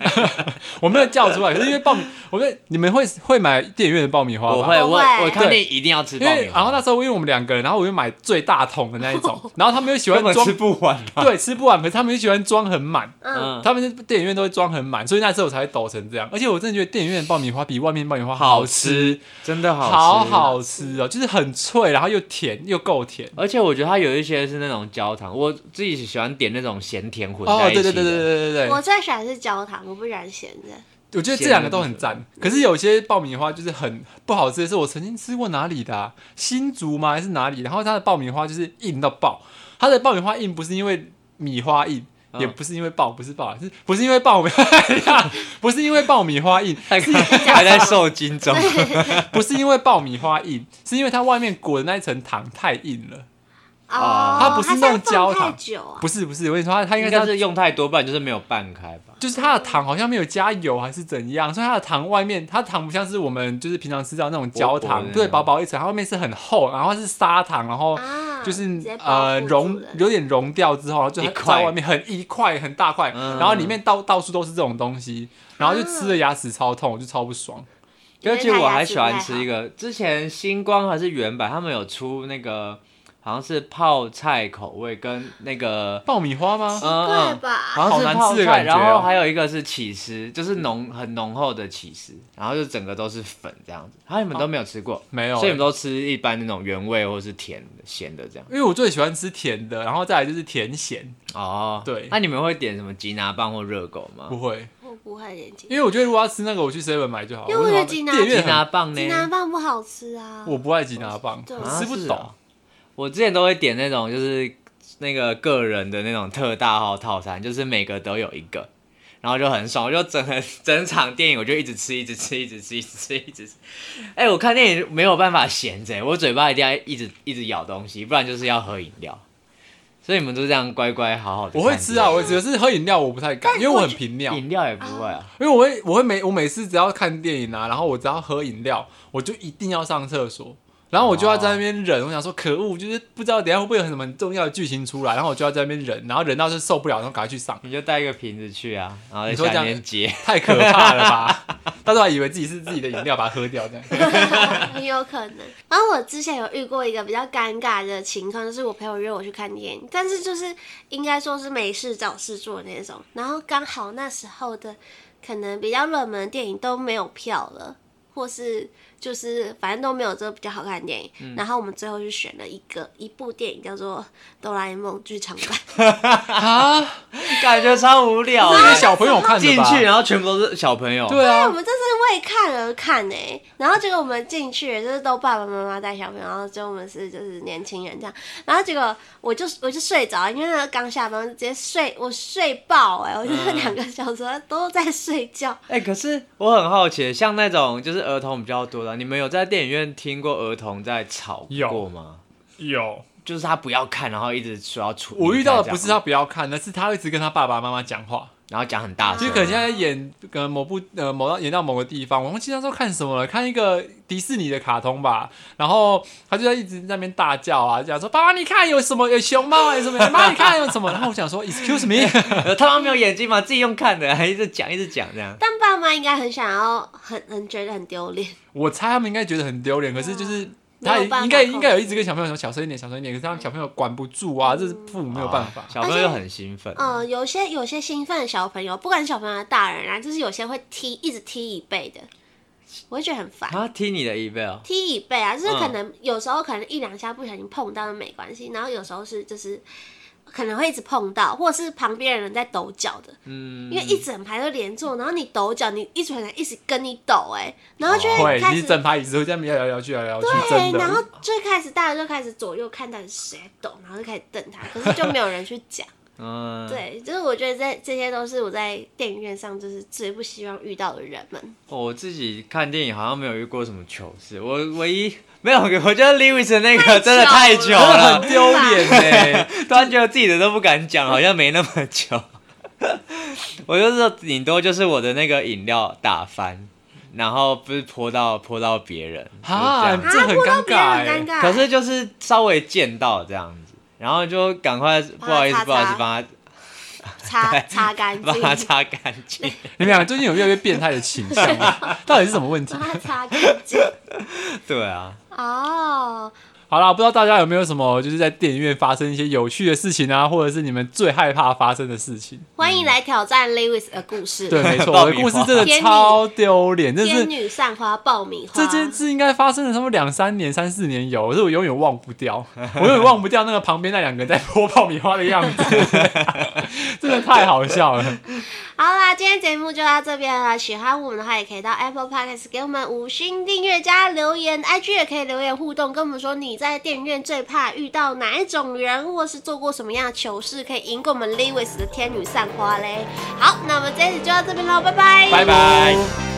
Speaker 1: 我没有叫出来，可是因为爆米，我们你们会会买电影院的爆米花吧？
Speaker 3: 我会，
Speaker 2: 不
Speaker 3: 我
Speaker 2: 会
Speaker 3: 我看定一定要吃
Speaker 1: 因
Speaker 3: 爆
Speaker 1: 为
Speaker 3: 米花，
Speaker 1: 然后那时候因为我们两个人，然后我就买最大桶的那一 种，然后他们又喜欢
Speaker 3: 根本
Speaker 1: 装
Speaker 3: 吃，不完啊吧？
Speaker 1: 对，吃不完，可是他们又喜欢装很满，
Speaker 2: 嗯，
Speaker 1: 他们电影院都会装很满，所以那次我才会抖成这样。而且我真的觉得电影院的爆米花比外面爆米花
Speaker 3: 好
Speaker 1: 吃
Speaker 3: 吃，，真的好吃，
Speaker 1: 好好吃哦，就是很脆，然后又甜又够甜。
Speaker 3: 而且我觉得它有一些是那种焦糖，我自己喜欢点那种咸甜混
Speaker 1: 哦
Speaker 3: 在，一
Speaker 1: 对
Speaker 3: 起的。
Speaker 1: 对对对对对对，
Speaker 2: 我最喜欢是焦糖，我不喜欢咸的。
Speaker 1: 我觉得这两个都很赞。可是有些爆米花就是很不好吃的是，我曾经吃过哪里的、啊，新竹吗还是哪里？然后它的爆米花就是硬到爆，它的爆米花硬不是因为米花硬。
Speaker 3: 嗯
Speaker 1: 也不是因为爆，不是爆，是不是因为爆米花？ 不是因为爆米花硬，
Speaker 3: 还还在受 惊中，
Speaker 1: 不是因为爆米花硬，是因为它外面裹的那一层糖太硬了。
Speaker 2: 哦，
Speaker 1: 它不是
Speaker 2: 还
Speaker 1: 那
Speaker 2: 要
Speaker 1: 种焦
Speaker 2: 放
Speaker 1: 糖
Speaker 2: 太久啊。
Speaker 1: 不是不是，我跟你说，它它应
Speaker 3: 应
Speaker 1: 该是要
Speaker 3: 该是用太多，不然就是没有拌开吧。
Speaker 1: 就是它的糖好像没有加油还是怎样，所以它的糖外面，它的糖不像是我们就是平常吃到那种焦糖，
Speaker 3: 薄薄的那种
Speaker 1: 对，薄薄一层，它外面是很厚，然后是砂糖，然后
Speaker 2: 啊，
Speaker 1: 哦就是、
Speaker 2: 直接包
Speaker 1: 呃
Speaker 2: 覆住
Speaker 1: 融
Speaker 2: 了
Speaker 1: 有点融掉之后，然后就
Speaker 3: 一块
Speaker 1: 在外面很一块很大块，
Speaker 3: 嗯
Speaker 1: 然后里面到到处都是这种东西，然后就吃的牙齿超痛，我就超不爽。
Speaker 3: 而且我还喜欢
Speaker 2: 因
Speaker 3: 吃
Speaker 2: 为
Speaker 3: 一个，之前星光还是原版，他们有出那个好像是泡菜口味跟那个
Speaker 1: 爆米花吗？
Speaker 3: 嗯
Speaker 2: 怪
Speaker 3: 嗯
Speaker 2: 吧
Speaker 3: 好像是
Speaker 1: 好难
Speaker 3: 泡
Speaker 1: 吃的
Speaker 3: 菜，
Speaker 1: 感觉哦嗯
Speaker 3: 然后还有一个是起司，就是浓很浓厚的起司，然后就整个都是粉这样子。然后你们都没有吃过，
Speaker 1: 没有、欸
Speaker 3: 所以你们都吃一般那种原味或是甜的、咸的这样。
Speaker 1: 因为我最喜欢吃甜的，然后再来就是甜咸，
Speaker 3: 哦，
Speaker 1: 对
Speaker 3: 那你们会点什么吉拿棒或热狗吗？
Speaker 1: 不会，
Speaker 2: 我不会点鸡
Speaker 1: 因为我觉得如果要吃那个，我去 seven 买就好。
Speaker 2: 因为我觉得吉拿
Speaker 1: 电影
Speaker 3: 吉
Speaker 1: 院
Speaker 3: 拿
Speaker 1: 很
Speaker 3: 棒呢
Speaker 2: 鸡？蛋棒不好吃啊。
Speaker 1: 我不爱吉拿棒，
Speaker 2: 对
Speaker 1: 我吃不
Speaker 3: 啊是
Speaker 1: 懂。
Speaker 3: 哦我之前都会点那种就是那个个人的那种特大号套餐，就是每个都有一个。然后就很爽，我就整个 整场电影我就一直吃，一直吃，一直吃，一直吃，一直吃。哎、我看电影没有办法闲着，我嘴巴一定要一直一直咬东西，不然就是要喝饮料。所以你们都这样乖乖好好的。
Speaker 1: 我会吃啊，我只是喝饮料我不太敢，因为我很频尿，因
Speaker 3: 饮料也不会啊。
Speaker 1: 为我会我会每我每次只要看电影啊，然后我只要喝饮料，我就一定要上厕所，然后我就要在那边忍，我想说可恶，就是不知道等一下会不会有什么很重要的剧情出来，然后我就要在那边忍，然后忍到就受不了，然后赶快去上，
Speaker 3: 你就带一个瓶子去啊，然后在
Speaker 1: 你说这
Speaker 3: 下
Speaker 1: 样
Speaker 3: 面接。
Speaker 1: 太可怕了 吧？到时候还以为自己是自己的饮料，把它喝掉这 样。
Speaker 2: 很有可能。然后我之前有遇过一个比较尴尬的情况，就是我朋友约我去看电影，但是就是应该说是没事找事做的那种。然后刚好那时候的可能比较热门的电影都没有票了，或是就是反正都没有这个比较好看的电影。然后我们最后就选了一个一部电影叫做《哆啦 A 梦剧场版》，
Speaker 3: 感觉超无聊欸
Speaker 1: 这
Speaker 3: 的。
Speaker 1: 是小朋友看的
Speaker 3: 进
Speaker 1: 吧？
Speaker 3: 去，然后全部都是小朋友。
Speaker 1: 啊对
Speaker 2: 但哎我
Speaker 1: 啊，
Speaker 2: 们这是为看而看哎、然后结果我们进去就是都爸爸妈妈带小朋友，然后就我们是就是年轻人这样，然后结果我就我就睡着，因为那个刚下班我直接睡，我睡爆哎、我觉得
Speaker 3: 嗯
Speaker 2: 两个小时都在睡觉，
Speaker 3: 哎、可是我很好奇，像那种就是儿童比较多的，你们有在电影院听过儿童在吵过
Speaker 1: 有
Speaker 3: 吗？
Speaker 1: 有
Speaker 3: 就是他不要看，然后一直说要出。
Speaker 1: 我遇到的不
Speaker 3: 离
Speaker 1: 是
Speaker 3: 开这样，
Speaker 1: 他不要看，而是他会一直跟他爸爸妈妈讲话。
Speaker 3: 然后讲很大
Speaker 1: 其
Speaker 3: 声。
Speaker 1: 实可能现在演呃某部呃某到演到某个地方，我忘记那时候看什么了，看一个迪士尼的卡通吧，然后他就在一直在那边大叫啊，讲说爸爸你看有什么有熊猫啊有什么，妈你看有什么， 然后我想说 excuse me，
Speaker 3: 呃 他们没有眼睛嘛，自己用看的，还一直讲一直讲这样。
Speaker 2: 但爸妈应该很想要很很觉得很丢脸，
Speaker 1: 我猜他们应该觉得很丢脸，可是就是。他
Speaker 2: 嗯没有办法
Speaker 1: 应该
Speaker 2: 控制
Speaker 1: 应该有一直跟小朋友说小声一点，小声一点。可是他们小朋友管不住啊，这是父母没有办法
Speaker 3: 啊。
Speaker 2: 哦
Speaker 3: 小朋友很兴奋。
Speaker 2: 嗯、有些有些兴奋的小朋友，不管是小朋友还是大人啊，就是有些会踢一直踢椅背的，我会觉得很烦。
Speaker 3: 他踢啊你的椅背哦，
Speaker 2: 踢椅背啊，就是可能有时候可能一两下不小心碰到没关系，然后有时候是就是可能会一直碰到，或者是旁边的人在抖脚的，
Speaker 3: 嗯，
Speaker 2: 因为一整排都连坐，然后你抖脚，你一群人一直跟你抖、哎，然后就
Speaker 1: 哦会
Speaker 2: 会，开
Speaker 1: 你
Speaker 2: 始
Speaker 1: 是。整排椅子会这样摇来摇去，摇来摇去，
Speaker 2: 对
Speaker 1: 真，
Speaker 2: 然后
Speaker 1: 的。
Speaker 2: 最开始大家就开始左右看到底是谁在抖，然后就开始瞪他，可是就没有人去讲，
Speaker 3: 嗯，
Speaker 2: 对，就是我觉得这这些都是我在电影院上就是最不希望遇到的人们。
Speaker 3: 哦我自己看电影好像没有遇过什么糗事，我唯一没有，我觉得 Lewis 的那个真的太久
Speaker 2: 有
Speaker 1: 真的
Speaker 3: 了，
Speaker 1: 很丢脸欸 呢。
Speaker 3: 突然觉得自己的都不敢讲，好像没那么久。 我就是说顶多就是我的那个饮料打翻，然后不是泼到泼到别人，就是这
Speaker 1: 啊
Speaker 3: 样
Speaker 1: 这很
Speaker 2: 啊，碰到
Speaker 1: 尴
Speaker 2: 别人
Speaker 1: 尬
Speaker 2: 很
Speaker 1: 欸
Speaker 2: 尴尬。
Speaker 3: 可是就是稍微溅到这样子，然后就赶快不好意
Speaker 2: 擦擦
Speaker 3: 思不好意思帮他
Speaker 2: 擦擦干净，
Speaker 3: 帮他擦干净。
Speaker 1: 你们俩最近有越来越变态的倾向 欸，到底是什么问题
Speaker 2: 帮？他擦干净。
Speaker 3: 对啊，
Speaker 2: 哦，
Speaker 1: 好啦，不知道大家有没有什么就是在电影院发生一些有趣的事情啊，或者是你们最害怕发生的事情？
Speaker 2: 欢迎来挑战 Lewis 的故事。
Speaker 1: 对， 没错，
Speaker 3: 爆
Speaker 1: 我
Speaker 3: 米
Speaker 1: 的
Speaker 3: 花
Speaker 1: 故事真的超丢脸，真的
Speaker 2: 天
Speaker 1: 是
Speaker 2: 女散花爆米花，
Speaker 1: 这件事应该发生了差不多两三年、三四年有，可是我永远忘不掉，我永远忘不掉那个旁边那两个在 剥爆米花的样子， 真的太好笑了。
Speaker 2: 好啦，今天节目就到这边了。喜欢我们的话，也可以到 Apple Podcast 给我们五星订阅加留言，IG 也可以留言互动，跟我们说你在电影院最怕遇到哪一种人，或是做过什么样的糗事，可以赢过我们 Lewis 的天女散花嘞。好，那我们这一集就到这边喽，拜拜，
Speaker 1: 拜拜。